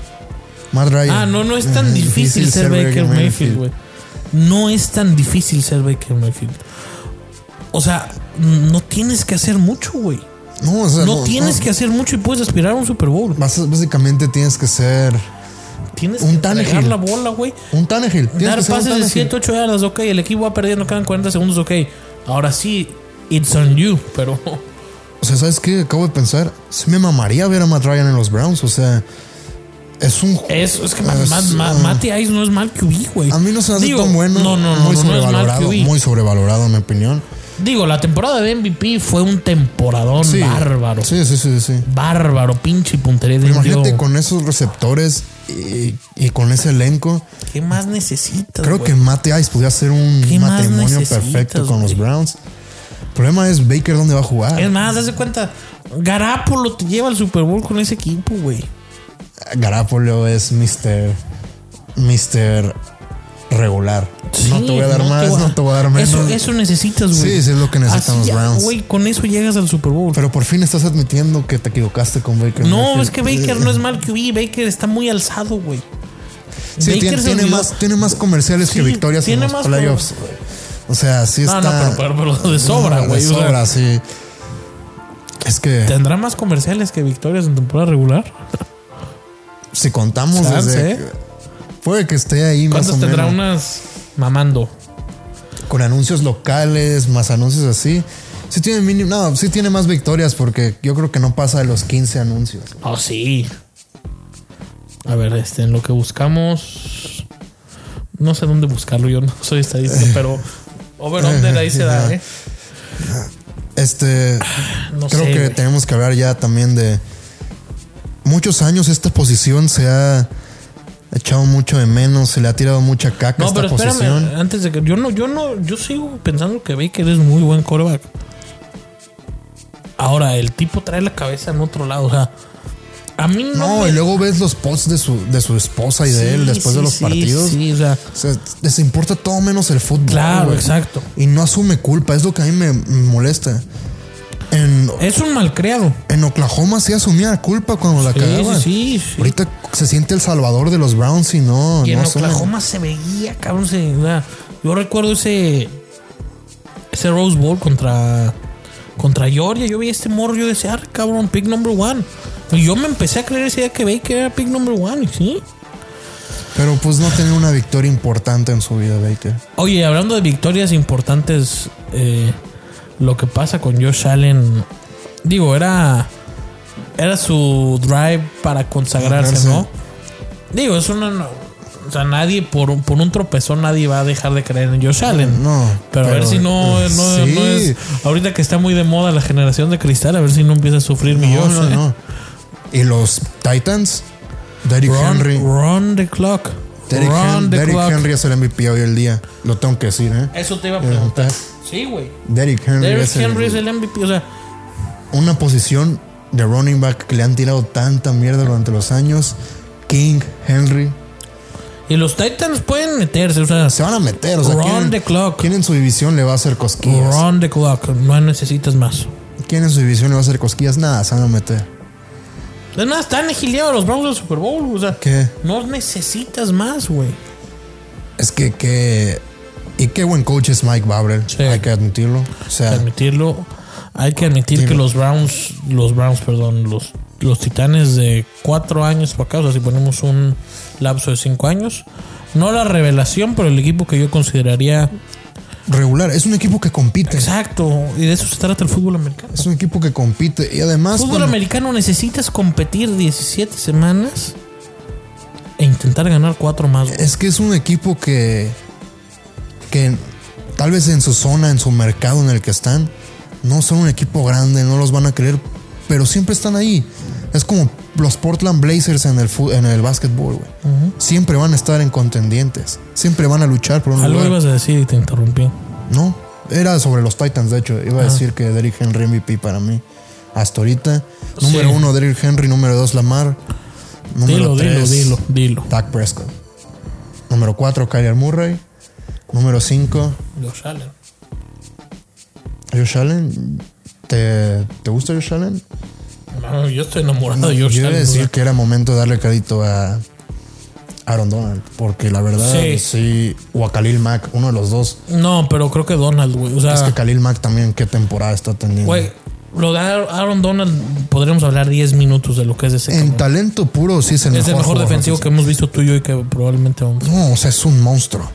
[SPEAKER 1] Matt Ryan. Eh,
[SPEAKER 2] Ah, no, no es tan
[SPEAKER 1] Ajá,
[SPEAKER 2] difícil ser Baker Mayfield, güey. No es tan difícil ser Baker Mayfield. O sea, no tienes que hacer mucho, güey.
[SPEAKER 1] No, o sea,
[SPEAKER 2] No, tienes
[SPEAKER 1] no.
[SPEAKER 2] que hacer mucho y puedes aspirar a un Super Bowl.
[SPEAKER 1] Bas- Básicamente tienes que ser
[SPEAKER 2] Tienes
[SPEAKER 1] un
[SPEAKER 2] que entregar
[SPEAKER 1] Tannehill.
[SPEAKER 2] la bola, güey.
[SPEAKER 1] un Tannehill. Tienes
[SPEAKER 2] Dar
[SPEAKER 1] que ser un
[SPEAKER 2] pases de
[SPEAKER 1] Tannehill.
[SPEAKER 2] 108 yardas, ok. El equipo va perdiendo, quedan 40 segundos, ok. Ahora sí, it's on you, pero.
[SPEAKER 1] O sea, ¿sabes qué? Acabo de pensar. Sí me mamaría ver a Matt Ryan en los Browns. O sea, es un...
[SPEAKER 2] Es, es que Ma-
[SPEAKER 1] Es,
[SPEAKER 2] Ma- Ma-
[SPEAKER 1] ah.
[SPEAKER 2] Matty Ice no es mal QB, güey.
[SPEAKER 1] A mí no se me hace
[SPEAKER 2] Digo,
[SPEAKER 1] tan bueno.
[SPEAKER 2] No, no, no,
[SPEAKER 1] Muy
[SPEAKER 2] no, no es mal
[SPEAKER 1] sobrevalorado.
[SPEAKER 2] QB.
[SPEAKER 1] muy sobrevalorado, en mi opinión.
[SPEAKER 2] Digo, la temporada de MVP fue un temporadón
[SPEAKER 1] Sí.
[SPEAKER 2] bárbaro.
[SPEAKER 1] Sí, sí, sí, sí.
[SPEAKER 2] Bárbaro, pinche puntería de
[SPEAKER 1] Imagínate
[SPEAKER 2] indio.
[SPEAKER 1] con esos receptores y, y con ese elenco.
[SPEAKER 2] ¿Qué más necesitas?
[SPEAKER 1] Creo
[SPEAKER 2] güey?
[SPEAKER 1] que Matty Ice podría ser
[SPEAKER 2] ¿Qué
[SPEAKER 1] un
[SPEAKER 2] más
[SPEAKER 1] matrimonio
[SPEAKER 2] necesitas,
[SPEAKER 1] perfecto con los
[SPEAKER 2] güey?
[SPEAKER 1] Browns. El problema es Baker dónde va a jugar.
[SPEAKER 2] Es más, haz de cuenta, Garapolo te lleva al Super Bowl con ese equipo, güey.
[SPEAKER 1] Garapolo es Mr. Mr. regular. no te voy a dar
[SPEAKER 2] no
[SPEAKER 1] más,
[SPEAKER 2] va-
[SPEAKER 1] no te voy a dar menos.
[SPEAKER 2] Eso, eso necesitas, güey.
[SPEAKER 1] Sí, sí, es lo que necesitan
[SPEAKER 2] Así
[SPEAKER 1] los
[SPEAKER 2] ya,
[SPEAKER 1] Browns.
[SPEAKER 2] Güey, con eso llegas al Super Bowl.
[SPEAKER 1] Pero por fin estás admitiendo que te equivocaste con Baker.
[SPEAKER 2] no,
[SPEAKER 1] Mayfield.
[SPEAKER 2] es que Baker no es mal QB. Baker está muy alzado, güey.
[SPEAKER 1] Sí,
[SPEAKER 2] Baker
[SPEAKER 1] tiene,
[SPEAKER 2] se
[SPEAKER 1] tiene
[SPEAKER 2] olvidó-
[SPEAKER 1] más, tiene más comerciales
[SPEAKER 2] Sí,
[SPEAKER 1] que victorias
[SPEAKER 2] tiene
[SPEAKER 1] en los
[SPEAKER 2] más
[SPEAKER 1] playoffs. O sea, sí
[SPEAKER 2] No,
[SPEAKER 1] está.
[SPEAKER 2] no, pero, pero, pero de sobra,
[SPEAKER 1] de
[SPEAKER 2] güey. o sea,
[SPEAKER 1] sobra, sí. Es que
[SPEAKER 2] ¿Tendrá más comerciales que victorias en temporada regular?
[SPEAKER 1] si contamos
[SPEAKER 2] Chance,
[SPEAKER 1] Pues desde.
[SPEAKER 2] ¿eh?
[SPEAKER 1] Puede que esté ahí más o
[SPEAKER 2] ¿Cuántas
[SPEAKER 1] menos.
[SPEAKER 2] tendrá unas mamando?
[SPEAKER 1] Con anuncios locales, más anuncios así. Sí tiene mínimo, no, sí tiene más victorias porque yo creo que no pasa de los 15 anuncios.
[SPEAKER 2] Oh, sí. A ver, este, en lo que buscamos. No sé dónde buscarlo, yo no
[SPEAKER 1] [LAUGHS]
[SPEAKER 2] soy estadístico, pero over under ahí se da, ¿eh?
[SPEAKER 1] Este,
[SPEAKER 2] No
[SPEAKER 1] creo
[SPEAKER 2] sé,
[SPEAKER 1] que
[SPEAKER 2] güey.
[SPEAKER 1] tenemos que hablar ya también de muchos años esta posición se ha echado mucho de menos, se le ha tirado mucha caca a
[SPEAKER 2] No,
[SPEAKER 1] esta
[SPEAKER 2] pero espérame, eh,
[SPEAKER 1] posición.
[SPEAKER 2] antes de que. Yo no, yo no, yo sigo pensando que Baker es muy buen coreback. Ahora, el tipo trae la cabeza en otro lado, o sea. A mí no.
[SPEAKER 1] No,
[SPEAKER 2] me-
[SPEAKER 1] y luego ves los posts de su, de su esposa y de
[SPEAKER 2] Sí,
[SPEAKER 1] él después
[SPEAKER 2] sí,
[SPEAKER 1] de los
[SPEAKER 2] sí,
[SPEAKER 1] partidos.
[SPEAKER 2] Sí, o sea,
[SPEAKER 1] O sea, les importa todo menos el fútbol.
[SPEAKER 2] claro,
[SPEAKER 1] güey.
[SPEAKER 2] exacto.
[SPEAKER 1] Y no asume culpa, es lo que a mí me, me molesta. En,
[SPEAKER 2] Es un malcriado.
[SPEAKER 1] en Oklahoma sí asumía la culpa cuando la
[SPEAKER 2] Sí,
[SPEAKER 1] cagaban.
[SPEAKER 2] sí, sí, sí.
[SPEAKER 1] Ahorita se siente el salvador de los Browns y no.
[SPEAKER 2] Y en
[SPEAKER 1] no asume.
[SPEAKER 2] Oklahoma se veía, cabrón. se- o sea, yo recuerdo ese. Ese Rose Bowl contra. Contra Georgia. Yo vi este morro. Yo decía, ah, cabrón, pick number one. Y yo me empecé a creer ese día que Baker era pick number one. y sí.
[SPEAKER 1] Pero pues no tenía una victoria importante en su vida, Baker.
[SPEAKER 2] Oye, hablando de victorias importantes, eh, lo que pasa con Josh Allen, digo, era era su drive para consagrarse,
[SPEAKER 1] Consagrarse.
[SPEAKER 2] ¿no? Digo, es una no- o sea, nadie por un- por un tropezón nadie va a dejar de creer en Josh Allen.
[SPEAKER 1] No.
[SPEAKER 2] Pero, a ver si no, no- no
[SPEAKER 1] sí.
[SPEAKER 2] es ahorita que está muy de moda la generación de cristal, a ver si no empieza a sufrir mi
[SPEAKER 1] No,
[SPEAKER 2] Josh.
[SPEAKER 1] no,
[SPEAKER 2] eh.
[SPEAKER 1] no. Y los Titans, Derrick
[SPEAKER 2] Run,
[SPEAKER 1] Henry.
[SPEAKER 2] run the clock.
[SPEAKER 1] Derrick,
[SPEAKER 2] run
[SPEAKER 1] Hen-
[SPEAKER 2] the
[SPEAKER 1] Derrick
[SPEAKER 2] clock.
[SPEAKER 1] Henry es el MVP hoy el día. Lo tengo que decir, ¿eh?
[SPEAKER 2] Eso te iba a preguntar. Sí, güey.
[SPEAKER 1] Derrick Henry,
[SPEAKER 2] Derrick
[SPEAKER 1] es el-
[SPEAKER 2] Henry es el MVP, o sea,
[SPEAKER 1] una posición de running back que le han tirado tanta mierda durante los años. King, Henry.
[SPEAKER 2] Y los Titans pueden meterse, o sea,
[SPEAKER 1] Se van a meter. O sea,
[SPEAKER 2] Run
[SPEAKER 1] ¿quién-
[SPEAKER 2] the clock.
[SPEAKER 1] ¿Quién en su división le va a hacer cosquillas?
[SPEAKER 2] run the clock, no necesitas más.
[SPEAKER 1] ¿Quién en su división le va a hacer cosquillas? Nada, se van a meter.
[SPEAKER 2] De nada, están egileados los Browns del Super Bowl, o sea,
[SPEAKER 1] ¿Qué?
[SPEAKER 2] no necesitas más, güey.
[SPEAKER 1] Es que, que. Y qué buen coach es Mike Babrel.
[SPEAKER 2] Sí.
[SPEAKER 1] Hay que admitirlo. O
[SPEAKER 2] Hay
[SPEAKER 1] sea,
[SPEAKER 2] que admitirlo, hay que admitir que los Browns, los Browns, perdón, los, los Titanes de cuatro años para acá, o sea, si ponemos un lapso de cinco años, no la revelación, pero el equipo que yo consideraría
[SPEAKER 1] regular. Es un equipo que compite.
[SPEAKER 2] exacto, y de eso se trata el fútbol americano.
[SPEAKER 1] Es un equipo que compite. Y además.
[SPEAKER 2] Fútbol
[SPEAKER 1] cuando-
[SPEAKER 2] americano necesitas competir 17 semanas e intentar ganar cuatro más. güey.
[SPEAKER 1] Es que es un equipo que. que tal vez en su zona, en su mercado en el que están, no son un equipo grande, no los van a creer, pero siempre están ahí. Es como los Portland Blazers en el, fu- en el básquetbol, güey. Siempre van a estar en contendientes. Siempre van a luchar por un
[SPEAKER 2] Algo
[SPEAKER 1] lugar.
[SPEAKER 2] ibas a decir y te interrumpí.
[SPEAKER 1] No, era sobre los Titans, de hecho. Iba a decir que Derrick Henry MVP para mí. Hasta ahorita. Número
[SPEAKER 2] Sí.
[SPEAKER 1] uno, Derrick Henry. Número dos, Lamar. Número
[SPEAKER 2] Dilo, dilo,
[SPEAKER 1] tres,
[SPEAKER 2] dilo, dilo.
[SPEAKER 1] Dak Prescott. Número cuatro, Kyler Murray. Número cinco,
[SPEAKER 2] Josh Allen.
[SPEAKER 1] Josh Allen. ¿Te, te gusta Josh Allen?
[SPEAKER 2] No, yo estoy enamorado de
[SPEAKER 1] Yo
[SPEAKER 2] Josh
[SPEAKER 1] iba a
[SPEAKER 2] Allen.
[SPEAKER 1] decir
[SPEAKER 2] o
[SPEAKER 1] que era momento de darle crédito a Aaron Donald. Porque la verdad,
[SPEAKER 2] Sí.
[SPEAKER 1] sí. O a Khalil Mack, uno de los dos.
[SPEAKER 2] sea. No, pero creo que Donald, güey. O sea,
[SPEAKER 1] Es que Khalil Mack también, qué temporada está teniendo.
[SPEAKER 2] Ah. güey, lo de Aaron Donald, podríamos hablar 10 minutos de lo que es ese.
[SPEAKER 1] En
[SPEAKER 2] cabrón.
[SPEAKER 1] talento puro sí es el
[SPEAKER 2] Este, es
[SPEAKER 1] Eh, mejor.
[SPEAKER 2] el mejor
[SPEAKER 1] jugador
[SPEAKER 2] defensivo que hemos visto tuyo y que probablemente vamos.
[SPEAKER 1] No, o sea, es un monstruo.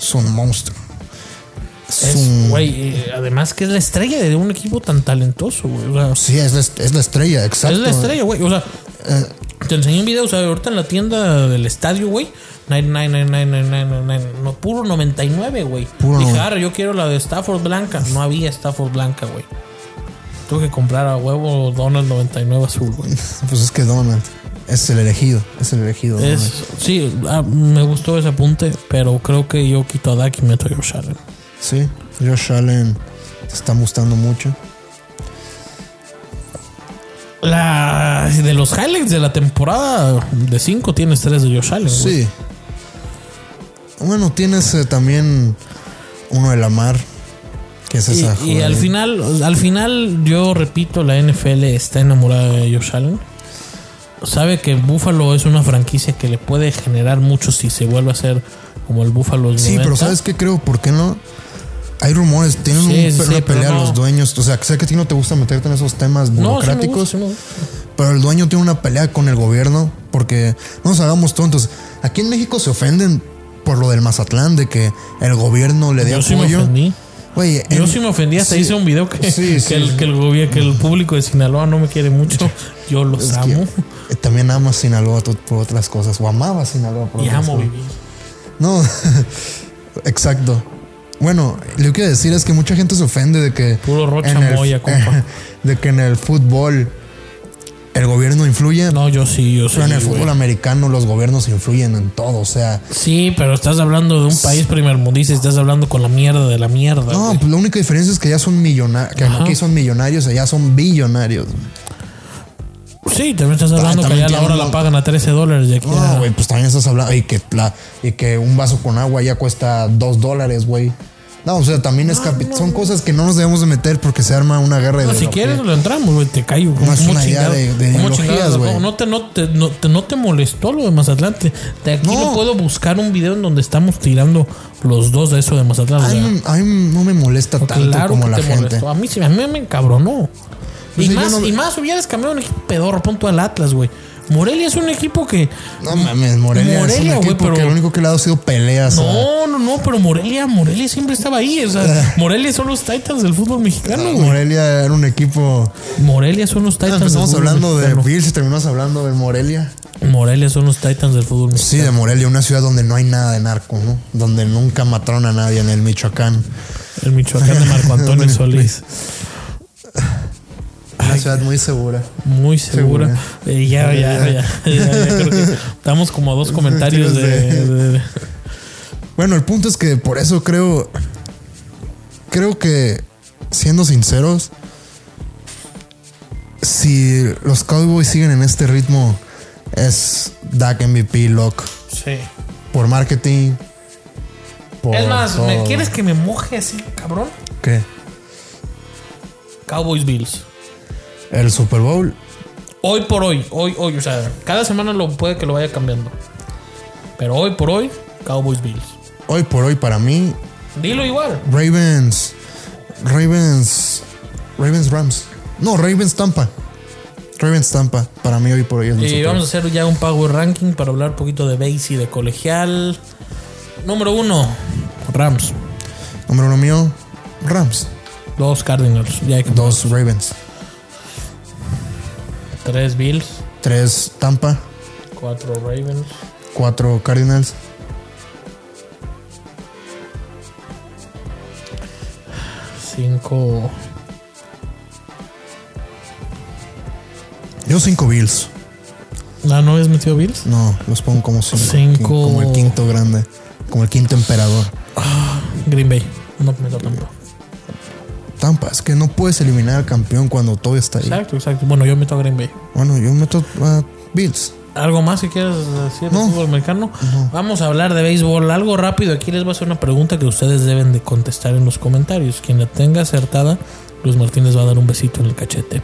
[SPEAKER 1] Es un monstruo. Es,
[SPEAKER 2] Es,
[SPEAKER 1] un-
[SPEAKER 2] güey, eh, además que es la estrella de un equipo tan talentoso, güey. O sea,
[SPEAKER 1] Sí, es la, est- es la estrella, exacto. Eh.
[SPEAKER 2] Es la estrella, güey. O sea, te enseñé un video, o sea, ahorita en la tienda del estadio, güey. 999999, no, puro 99, güey.
[SPEAKER 1] Puro
[SPEAKER 2] Dije,
[SPEAKER 1] 90.
[SPEAKER 2] "Arre, yo quiero la de Stafford Blanca. No había Stafford Blanca, güey. Tuve que comprar a huevo Donald 99 azul, güey.
[SPEAKER 1] Pues es que Donald es el elegido. Es el elegido. Donald.
[SPEAKER 2] Es, sí, ah, me gustó ese apunte, pero creo que yo quito a Dak y meto a Josh Allen.
[SPEAKER 1] Sí, Josh Allen se está gustando mucho.
[SPEAKER 2] La, de los highlights de la temporada de 5 tienes 3 de Josh Allen. güey.
[SPEAKER 1] Sí. Bueno, tienes eh, también uno de Lamar, que es esa
[SPEAKER 2] Y, y al
[SPEAKER 1] joven.
[SPEAKER 2] final, al final, yo repito, la NFL está enamorada de Josh Allen. Sabe que Buffalo es una franquicia que le puede generar mucho si se vuelve a ser como el Buffalo.
[SPEAKER 1] Sí, pero ¿sabes qué creo? ¿Por qué no? Hay rumores, tienen
[SPEAKER 2] Sí,
[SPEAKER 1] un-
[SPEAKER 2] sí,
[SPEAKER 1] una
[SPEAKER 2] sí, pero
[SPEAKER 1] pelea
[SPEAKER 2] no.
[SPEAKER 1] los dueños. O sea, sé que a ti no te gusta meterte en esos temas
[SPEAKER 2] No, sí me gusta,
[SPEAKER 1] burocráticos,
[SPEAKER 2] sí me gusta.
[SPEAKER 1] pero el dueño tiene una pelea con el gobierno porque no nos hagamos tontos. Aquí en México se ofenden por lo del Mazatlán, de que el gobierno le dé
[SPEAKER 2] Yo sí me
[SPEAKER 1] apoyo.
[SPEAKER 2] ofendí.
[SPEAKER 1] Güey,
[SPEAKER 2] Yo
[SPEAKER 1] en-
[SPEAKER 2] sí me ofendí, hasta
[SPEAKER 1] sí.
[SPEAKER 2] hice un video que,
[SPEAKER 1] Sí,
[SPEAKER 2] que
[SPEAKER 1] sí,
[SPEAKER 2] el,
[SPEAKER 1] sí.
[SPEAKER 2] que, el gobier- que el público de Sinaloa no me quiere mucho.
[SPEAKER 1] [LAUGHS]
[SPEAKER 2] Yo los
[SPEAKER 1] Es que,
[SPEAKER 2] amo
[SPEAKER 1] eh, también amas Sinaloa tú- por otras cosas. O amaba Sinaloa por
[SPEAKER 2] y
[SPEAKER 1] otras
[SPEAKER 2] amo
[SPEAKER 1] cosas.
[SPEAKER 2] vivir.
[SPEAKER 1] No, [LAUGHS] exacto. Bueno, lo que quiero decir es que mucha gente se ofende de que.
[SPEAKER 2] Puro Rocha
[SPEAKER 1] en el- eh.
[SPEAKER 2] Moya, compa.
[SPEAKER 1] [LAUGHS] De que en el fútbol el gobierno influye.
[SPEAKER 2] No, yo sí, yo sí.
[SPEAKER 1] pero en el
[SPEAKER 2] güey.
[SPEAKER 1] fútbol americano los gobiernos influyen en todo. O sea,
[SPEAKER 2] Sí, pero estás hablando de un país primermundista y estás hablando con la mierda de la mierda.
[SPEAKER 1] no,
[SPEAKER 2] güey.
[SPEAKER 1] pues la única diferencia es que ya son millonarios. Que
[SPEAKER 2] Ajá.
[SPEAKER 1] aquí son millonarios, allá son billonarios.
[SPEAKER 2] Pues Sí, también estás hablando que
[SPEAKER 1] Ah, también
[SPEAKER 2] allá la hora
[SPEAKER 1] tienen
[SPEAKER 2] la
[SPEAKER 1] un-
[SPEAKER 2] pagan a 13 dólares y aquí
[SPEAKER 1] No,
[SPEAKER 2] a-
[SPEAKER 1] güey, pues también estás hablando. Y que, la- y que un vaso con agua ya cuesta dos dólares, güey. No, o sea, también es capi- son cosas que no nos debemos de meter porque se arma una guerra de
[SPEAKER 2] Ah, si
[SPEAKER 1] ideología.
[SPEAKER 2] quieres lo entramos, güey, te caigo.
[SPEAKER 1] No, es
[SPEAKER 2] ¿Cómo
[SPEAKER 1] una idea
[SPEAKER 2] chingado-
[SPEAKER 1] de- de
[SPEAKER 2] cómo
[SPEAKER 1] ideologías,
[SPEAKER 2] chingado?
[SPEAKER 1] güey.
[SPEAKER 2] No, no te, no, te, no, te- no te molestó lo de Mazatlán. Te- de aquí
[SPEAKER 1] No.
[SPEAKER 2] no. puedo buscar un video en donde estamos tirando los dos de eso de Mazatlán. o
[SPEAKER 1] A
[SPEAKER 2] sea, Oh,
[SPEAKER 1] mí, a mí no me molesta tanto
[SPEAKER 2] claro
[SPEAKER 1] como
[SPEAKER 2] que
[SPEAKER 1] la
[SPEAKER 2] te
[SPEAKER 1] gente.
[SPEAKER 2] molestó. A mí, sí- a mí me encabronó.
[SPEAKER 1] Pues
[SPEAKER 2] y,
[SPEAKER 1] sí, yo
[SPEAKER 2] más,
[SPEAKER 1] no-
[SPEAKER 2] y más hubieras cambiado un equipo pedorro, punto al Atlas, güey. Morelia es un equipo que.
[SPEAKER 1] No mames, Morelia, es un
[SPEAKER 2] Morelia, güey,
[SPEAKER 1] equipo
[SPEAKER 2] pero-
[SPEAKER 1] que lo único que le ha dado ha sido peleas. a-
[SPEAKER 2] No, no, no, pero Morelia, Morelia siempre estaba ahí. O
[SPEAKER 1] [LAUGHS]
[SPEAKER 2] sea, Morelia son los Titans del fútbol mexicano, güey.
[SPEAKER 1] Morelia era un equipo.
[SPEAKER 2] Morelia son los Titans. del
[SPEAKER 1] Empezamos
[SPEAKER 2] fútbol
[SPEAKER 1] hablando de
[SPEAKER 2] mexicano.
[SPEAKER 1] Bills y terminamos hablando de Morelia.
[SPEAKER 2] Morelia son los Titans del fútbol mexicano.
[SPEAKER 1] Sí, de Morelia, una ciudad donde no hay nada de narco, ¿no? Donde nunca mataron a nadie en el Michoacán.
[SPEAKER 2] El Michoacán de Marco
[SPEAKER 1] [LAUGHS]
[SPEAKER 2] Antonio Solís.
[SPEAKER 1] Una ciudad muy segura.
[SPEAKER 2] Muy segura. Eh, ya, ya, ya, ya, ya, Creo que estamos como a
[SPEAKER 1] [LAUGHS]
[SPEAKER 2] dos comentarios de. de- de-
[SPEAKER 1] Bueno, el punto es que por eso creo. Creo que, siendo sinceros, si los Cowboys siguen en este ritmo, es Dak MVP, Lock,
[SPEAKER 2] Sí.
[SPEAKER 1] por marketing. Por
[SPEAKER 2] Es más,
[SPEAKER 1] todo.
[SPEAKER 2] ¿me quieres que me moje así, cabrón?
[SPEAKER 1] ¿Qué?
[SPEAKER 2] Cowboys Bills.
[SPEAKER 1] El Super Bowl.
[SPEAKER 2] Hoy por hoy, hoy, hoy, o sea, cada semana lo puede que lo vaya cambiando. Pero hoy por hoy, Cowboys Bills.
[SPEAKER 1] Hoy por hoy, para mí,
[SPEAKER 2] Dilo igual.
[SPEAKER 1] Ravens. Ravens. Ravens Rams. No, Ravens Tampa. Ravens Tampa. Para mí, hoy por hoy es el
[SPEAKER 2] Y
[SPEAKER 1] Super
[SPEAKER 2] Eh, vamos a
[SPEAKER 1] Bowl.
[SPEAKER 2] hacer ya un power ranking para hablar un poquito de base y de colegial. Número uno, Rams.
[SPEAKER 1] Número uno mío, Rams.
[SPEAKER 2] Dos Cardinals. Ya hay que-
[SPEAKER 1] Dos Ravens.
[SPEAKER 2] Tres Bills.
[SPEAKER 1] Tres Tampa.
[SPEAKER 2] Cuatro Ravens.
[SPEAKER 1] Cuatro Cardinals.
[SPEAKER 2] Cinco.
[SPEAKER 1] Yo cinco Bills.
[SPEAKER 2] Ah, ¿no habías metido Bills?
[SPEAKER 1] No, los pongo como cinco.
[SPEAKER 2] Cinco.
[SPEAKER 1] Como el quinto grande. Como el quinto emperador.
[SPEAKER 2] Green Bay. No me tampoco.
[SPEAKER 1] Tampa, es que no puedes eliminar al campeón cuando todo está ahí.
[SPEAKER 2] Exacto, exacto. Bueno, yo meto a Green Bay.
[SPEAKER 1] Bueno, yo meto a Bills.
[SPEAKER 2] ¿Algo más que quieras decir
[SPEAKER 1] No.
[SPEAKER 2] de fútbol americano? Vamos a hablar de béisbol. Algo rápido. Aquí les voy a hacer una pregunta que ustedes deben de contestar en los comentarios. Quien la tenga acertada, Luis Martínez va a dar un besito en el cachete.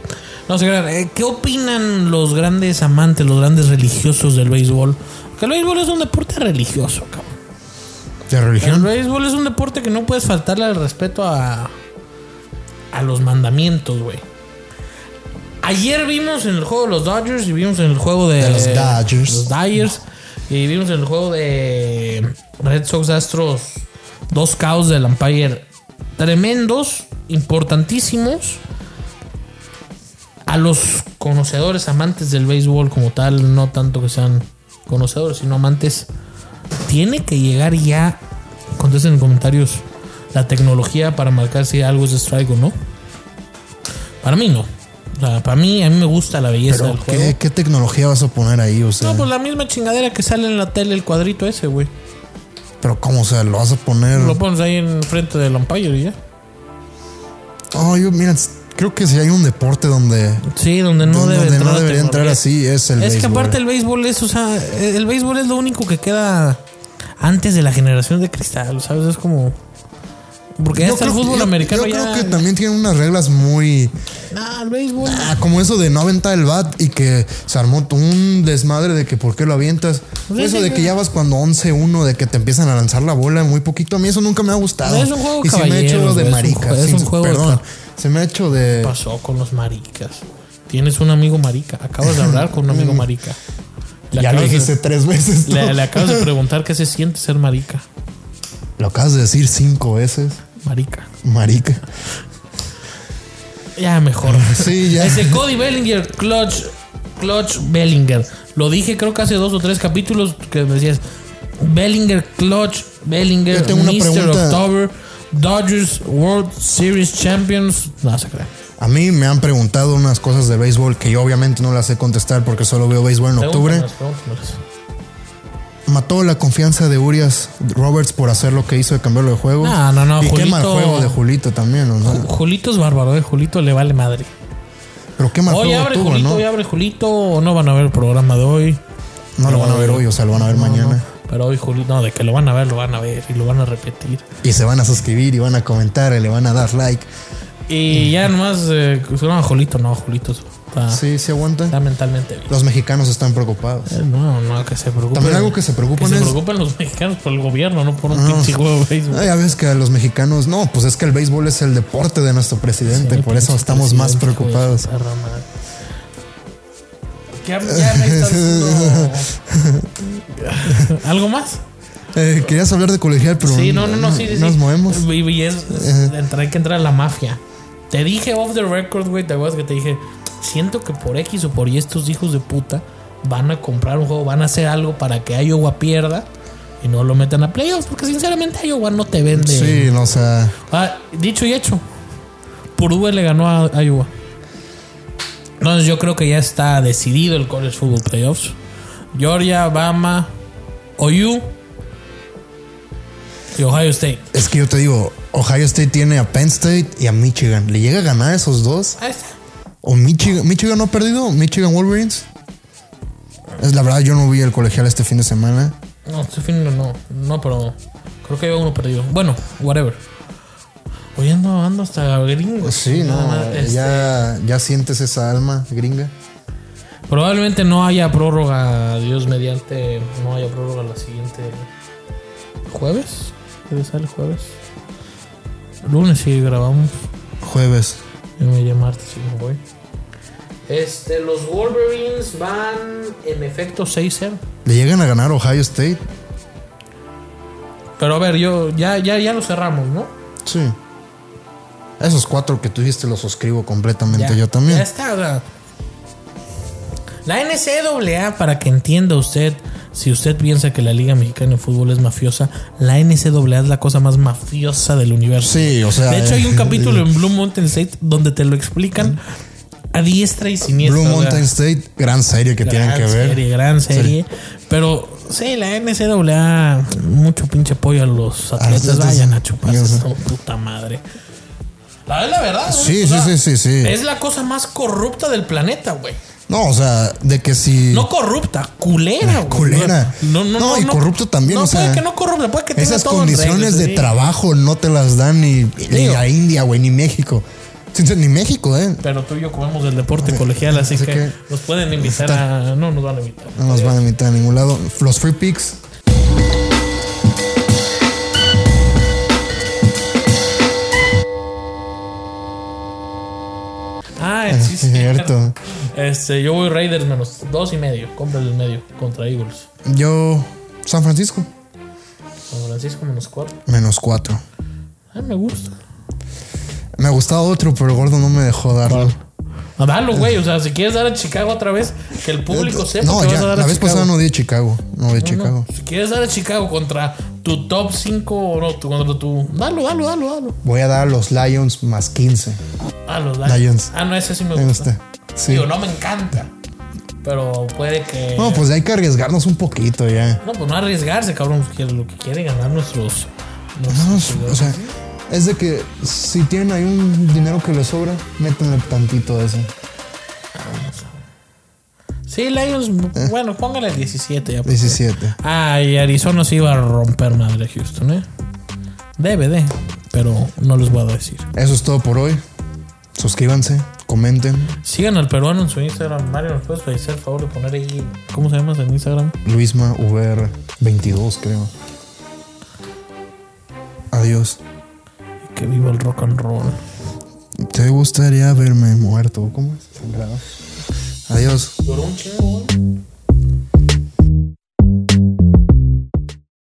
[SPEAKER 2] No sé, ¿qué opinan los grandes amantes, los grandes religiosos del béisbol? Que el béisbol es un deporte religioso, cabrón.
[SPEAKER 1] De
[SPEAKER 2] El
[SPEAKER 1] religión.
[SPEAKER 2] béisbol es un deporte que no puedes faltarle al respeto a, a los mandamientos, güey. Ayer vimos en el juego de los Dodgers y vimos en el juego de,
[SPEAKER 1] De los Dodgers.
[SPEAKER 2] los Dodgers, y vimos en el juego de Red Sox Astros dos caos del umpire tremendos, importantísimos. A los conocedores, amantes del béisbol como tal, no tanto que sean conocedores, sino amantes tiene que llegar ya. Contesten en comentarios la tecnología para marcar si algo es strike o no. Para mí no. O sea, para mí, a mí me gusta la belleza
[SPEAKER 1] Pero,
[SPEAKER 2] del
[SPEAKER 1] ¿qué,
[SPEAKER 2] juego.
[SPEAKER 1] ¿qué tecnología vas a poner ahí? O sea,
[SPEAKER 2] No, pues la misma chingadera que sale en la tele, el cuadrito ese, güey.
[SPEAKER 1] pero ¿cómo? O sea, lo vas a poner.
[SPEAKER 2] Lo pones ahí en frente del umpire y ya.
[SPEAKER 1] Oh, yo, mira, s- creo que si hay un deporte donde,
[SPEAKER 2] Sí, donde no
[SPEAKER 1] donde,
[SPEAKER 2] debe
[SPEAKER 1] donde
[SPEAKER 2] entrar
[SPEAKER 1] no
[SPEAKER 2] la
[SPEAKER 1] debería entrar
[SPEAKER 2] tecnología.
[SPEAKER 1] así es el
[SPEAKER 2] Es que
[SPEAKER 1] béisbol.
[SPEAKER 2] aparte el béisbol es, o sea, el béisbol es lo único que queda antes de la generación de cristal, ¿sabes? Es como... Porque ya
[SPEAKER 1] Yo
[SPEAKER 2] está el
[SPEAKER 1] creo-
[SPEAKER 2] fútbol
[SPEAKER 1] yo-
[SPEAKER 2] americano
[SPEAKER 1] Yo
[SPEAKER 2] ya...
[SPEAKER 1] creo que también tienen unas reglas muy.
[SPEAKER 2] Nah, el béisbol...
[SPEAKER 1] ah, como eso de no aventar el bat y que se armó un desmadre de que por qué lo avientas.
[SPEAKER 2] Sí,
[SPEAKER 1] eso
[SPEAKER 2] Pues sí,
[SPEAKER 1] de
[SPEAKER 2] sí.
[SPEAKER 1] que ya vas cuando 11-1, de que te empiezan a lanzar la bola muy poquito. A mí eso nunca me ha gustado.
[SPEAKER 2] Es un juego
[SPEAKER 1] y se me ha hecho
[SPEAKER 2] caballeros,
[SPEAKER 1] de
[SPEAKER 2] güey, es un
[SPEAKER 1] marica.
[SPEAKER 2] jue- es
[SPEAKER 1] sin-
[SPEAKER 2] un juego de
[SPEAKER 1] perdón.
[SPEAKER 2] ca- Pues,
[SPEAKER 1] Se me ha hecho de.
[SPEAKER 2] pasó con los maricas? Tienes un amigo marica. Acabas de hablar con
[SPEAKER 1] [LAUGHS]
[SPEAKER 2] un amigo marica. Le
[SPEAKER 1] ya lo
[SPEAKER 2] acabas de-
[SPEAKER 1] dijiste tres veces. tú.
[SPEAKER 2] [LAUGHS] le, le acabas de preguntar qué se siente ser marica.
[SPEAKER 1] Lo acabas de decir cinco veces.
[SPEAKER 2] Marica.
[SPEAKER 1] Marica.
[SPEAKER 2] Ya mejor.
[SPEAKER 1] [LAUGHS] Sí, ya.
[SPEAKER 2] Ese Cody Bellinger, Clutch, Clutch Bellinger. Lo dije creo que hace dos o tres capítulos que me decías Bellinger, Clutch, Bellinger,
[SPEAKER 1] Yo tengo una
[SPEAKER 2] Mr.
[SPEAKER 1] pregunta.
[SPEAKER 2] October, Dodgers World Series Champions. No se crea.
[SPEAKER 1] A mí me han preguntado unas cosas de béisbol que yo obviamente no las sé contestar porque solo veo béisbol en octubre.
[SPEAKER 2] Pregúntanos, pregúntanos.
[SPEAKER 1] Mató la confianza de Urias Roberts por hacer lo que hizo de cambiarlo de juego.
[SPEAKER 2] No, no, no,
[SPEAKER 1] Y qué mal
[SPEAKER 2] Julito-
[SPEAKER 1] juego de Julito también, ¿o ¿no?
[SPEAKER 2] Julito es bárbaro, eh. Julito le vale madre.
[SPEAKER 1] Pero qué mal
[SPEAKER 2] Hoy
[SPEAKER 1] juego
[SPEAKER 2] abre
[SPEAKER 1] tuvo,
[SPEAKER 2] Julito,
[SPEAKER 1] ¿no?
[SPEAKER 2] hoy abre Julito. o No van a ver el programa de hoy.
[SPEAKER 1] No lo van a ver hoy, o sea, lo van a ver mañana.
[SPEAKER 2] Pero hoy Julito, no, de que lo van a ver, lo van a ver y lo van a repetir.
[SPEAKER 1] Y se van a suscribir y van a comentar y le van a dar like.
[SPEAKER 2] Y ya nomás, eh, no, Julito, no, Julito está,
[SPEAKER 1] Sí, sí
[SPEAKER 2] Ah. está
[SPEAKER 1] aguantan.
[SPEAKER 2] mentalmente bien.
[SPEAKER 1] Los mexicanos están preocupados.
[SPEAKER 2] Eh, No, no, que se preocupen.
[SPEAKER 1] También algo que se
[SPEAKER 2] que
[SPEAKER 1] preocupan
[SPEAKER 2] se
[SPEAKER 1] es... Ah.
[SPEAKER 2] preocupen los mexicanos por el gobierno, no por un pinche juego de béisbol.
[SPEAKER 1] Ay, a veces que a los mexicanos... No, pues es que el béisbol es el deporte de nuestro presidente.
[SPEAKER 2] Sí,
[SPEAKER 1] por eso
[SPEAKER 2] pinche
[SPEAKER 1] estamos más
[SPEAKER 2] presidente, hijo de
[SPEAKER 1] preocupados.
[SPEAKER 2] su perra madre. Ya, ya me estás
[SPEAKER 1] [LAUGHS]
[SPEAKER 2] diciendo- ¿Algo más?
[SPEAKER 1] Eh, querías hablar de colegial, pero...
[SPEAKER 2] Sí, no, no, no, sí, sí.
[SPEAKER 1] Nos
[SPEAKER 2] sí.
[SPEAKER 1] movemos.
[SPEAKER 2] Y, y es, es- entra- hay que entrar a la mafia. Te dije off the record, güey, te acuerdas que te dije, siento que por X o por Y estos hijos de puta van a comprar un juego, van a hacer algo para que Iowa pierda y no lo metan a playoffs, porque sinceramente Iowa no te vende.
[SPEAKER 1] Sí, no, o sea...
[SPEAKER 2] Ah, dicho y hecho, Purdue le ganó a a Iowa. Entonces yo creo que ya está decidido el college football playoffs. Georgia, Bama, OU y Ohio State.
[SPEAKER 1] Es que yo te digo, Ohio State tiene a Penn State y a Michigan. ¿Le llega a ganar esos dos?
[SPEAKER 2] Ahí está.
[SPEAKER 1] ¿O Michigan, Michigan no ha perdido? ¿Michigan Wolverines? Es la verdad, yo no vi el colegial este fin de semana.
[SPEAKER 2] No, este fin no, no, no, pero creo que había uno perdido. Bueno, whatever. Hoy ando, ando hasta gringos.
[SPEAKER 1] Pues Sí,
[SPEAKER 2] Nada
[SPEAKER 1] no,
[SPEAKER 2] más, este,
[SPEAKER 1] ya, ya sientes esa alma gringa.
[SPEAKER 2] Probablemente no haya prórroga, Dios mediante, no haya prórroga la siguiente jueves. ¿Debe ser el jueves? Lunes sí grabamos.
[SPEAKER 1] Jueves.
[SPEAKER 2] Yo me iré martes y me voy. Este, los Wolverines van en efecto 6-0.
[SPEAKER 1] ¿Le llegan a ganar Ohio State?
[SPEAKER 2] Pero a ver, yo ya, ya, ya lo cerramos, ¿no?
[SPEAKER 1] Sí. Esos cuatro que tú dijiste los suscribo completamente
[SPEAKER 2] Ya,
[SPEAKER 1] yo también.
[SPEAKER 2] Ya está. o sea. La NCAA, para que entienda usted, si usted piensa que la Liga Mexicana de Fútbol es mafiosa, la NCAA es la cosa más mafiosa del universo.
[SPEAKER 1] Sí, o sea.
[SPEAKER 2] De hecho, hay
[SPEAKER 1] [LAUGHS]
[SPEAKER 2] un
[SPEAKER 1] eh,
[SPEAKER 2] capítulo en Blue Mountain State donde te lo explican a diestra y siniestra.
[SPEAKER 1] Blue
[SPEAKER 2] o sea,
[SPEAKER 1] Mountain State, gran serie que tienen
[SPEAKER 2] gran
[SPEAKER 1] que ver.
[SPEAKER 2] Serie, gran serie. Pero sí, la NCAA, mucho pinche pollo a los atletas.
[SPEAKER 1] Atletas,
[SPEAKER 2] vayan
[SPEAKER 1] sí.
[SPEAKER 2] a chuparse
[SPEAKER 1] Ya sé.
[SPEAKER 2] esta puta madre. La es la verdad. ¿no?
[SPEAKER 1] Sí,
[SPEAKER 2] O sea,
[SPEAKER 1] sí, sí, sí, sí.
[SPEAKER 2] Es la cosa más corrupta del planeta, güey.
[SPEAKER 1] No, o sea, de que si.
[SPEAKER 2] No corrupta, culera, güey.
[SPEAKER 1] Culera.
[SPEAKER 2] No, no, no.
[SPEAKER 1] No, y corrupto también,
[SPEAKER 2] No,
[SPEAKER 1] o sea,
[SPEAKER 2] puede que no corrupta, puede que tenga
[SPEAKER 1] Esas
[SPEAKER 2] todo en
[SPEAKER 1] condiciones
[SPEAKER 2] regla,
[SPEAKER 1] de
[SPEAKER 2] sí.
[SPEAKER 1] trabajo no te las dan ni, ni
[SPEAKER 2] Digo.
[SPEAKER 1] la India, güey, ni México. Sin- Ni México, ¿eh?
[SPEAKER 2] Pero tú y yo comemos del deporte colegial, así,
[SPEAKER 1] así
[SPEAKER 2] que,
[SPEAKER 1] que- pues
[SPEAKER 2] nos pueden invitar a. No nos van a invitar.
[SPEAKER 1] No nos van a invitar a ningún lado. Los free picks.
[SPEAKER 2] Ah,
[SPEAKER 1] [LAUGHS]
[SPEAKER 2] sí, sí.
[SPEAKER 1] Cierto.
[SPEAKER 2] Este, yo voy Raiders menos dos y medio. Cómprale el medio contra Eagles.
[SPEAKER 1] Yo, San Francisco,
[SPEAKER 2] San Francisco menos cuatro.
[SPEAKER 1] menos cuatro.
[SPEAKER 2] Ah, me gusta.
[SPEAKER 1] Me gustaba otro, pero Gordo no me dejó darlo.
[SPEAKER 2] Ah, Dalo, güey. O sea, si quieres dar a Chicago otra vez, que el público sepa
[SPEAKER 1] No,
[SPEAKER 2] que
[SPEAKER 1] ya,
[SPEAKER 2] vas a dar
[SPEAKER 1] la
[SPEAKER 2] a
[SPEAKER 1] vez
[SPEAKER 2] Chicago.
[SPEAKER 1] pasada no di Chicago. No di Chicago.
[SPEAKER 2] Si quieres dar a Chicago contra tu top 5 o no, tu, contra tu. Dalo, dalo, dalo, dalo.
[SPEAKER 1] Voy a dar a los Lions más 15.
[SPEAKER 2] Dalo, dalo.
[SPEAKER 1] Lions.
[SPEAKER 2] Ah, no, ese sí me
[SPEAKER 1] Me
[SPEAKER 2] gusta.
[SPEAKER 1] gusta. este. Sí.
[SPEAKER 2] Digo, no me encanta. Pero puede que.
[SPEAKER 1] No, pues hay que arriesgarnos un poquito ya.
[SPEAKER 2] No, pues no arriesgarse, cabrón. que Lo que quiere ganar nuestros.
[SPEAKER 1] No,
[SPEAKER 2] nuestros-
[SPEAKER 1] o sea, es de que si tienen ahí un dinero que les sobra, métanle tantito de eso.
[SPEAKER 2] Sí, Lions.
[SPEAKER 1] Eh.
[SPEAKER 2] Bueno, póngale el 17 ya. porque-
[SPEAKER 1] 17.
[SPEAKER 2] Ay, Arizona se iba a romper madre a Houston, ¿eh? Debe de, pero no les voy a decir.
[SPEAKER 1] Eso es todo por hoy. Suscríbanse, comenten.
[SPEAKER 2] Sigan al peruano en su Instagram. Mario, ¿nos puedes hacer el favor de poner ahí? ¿Cómo se llama en Instagram?
[SPEAKER 1] Luisma VR 22, creo. Adiós.
[SPEAKER 2] Que viva el rock and roll.
[SPEAKER 1] ¿Te gustaría verme muerto? ¿Cómo es? Sangrado. Adiós.
[SPEAKER 2] um Duró un chingo, güey.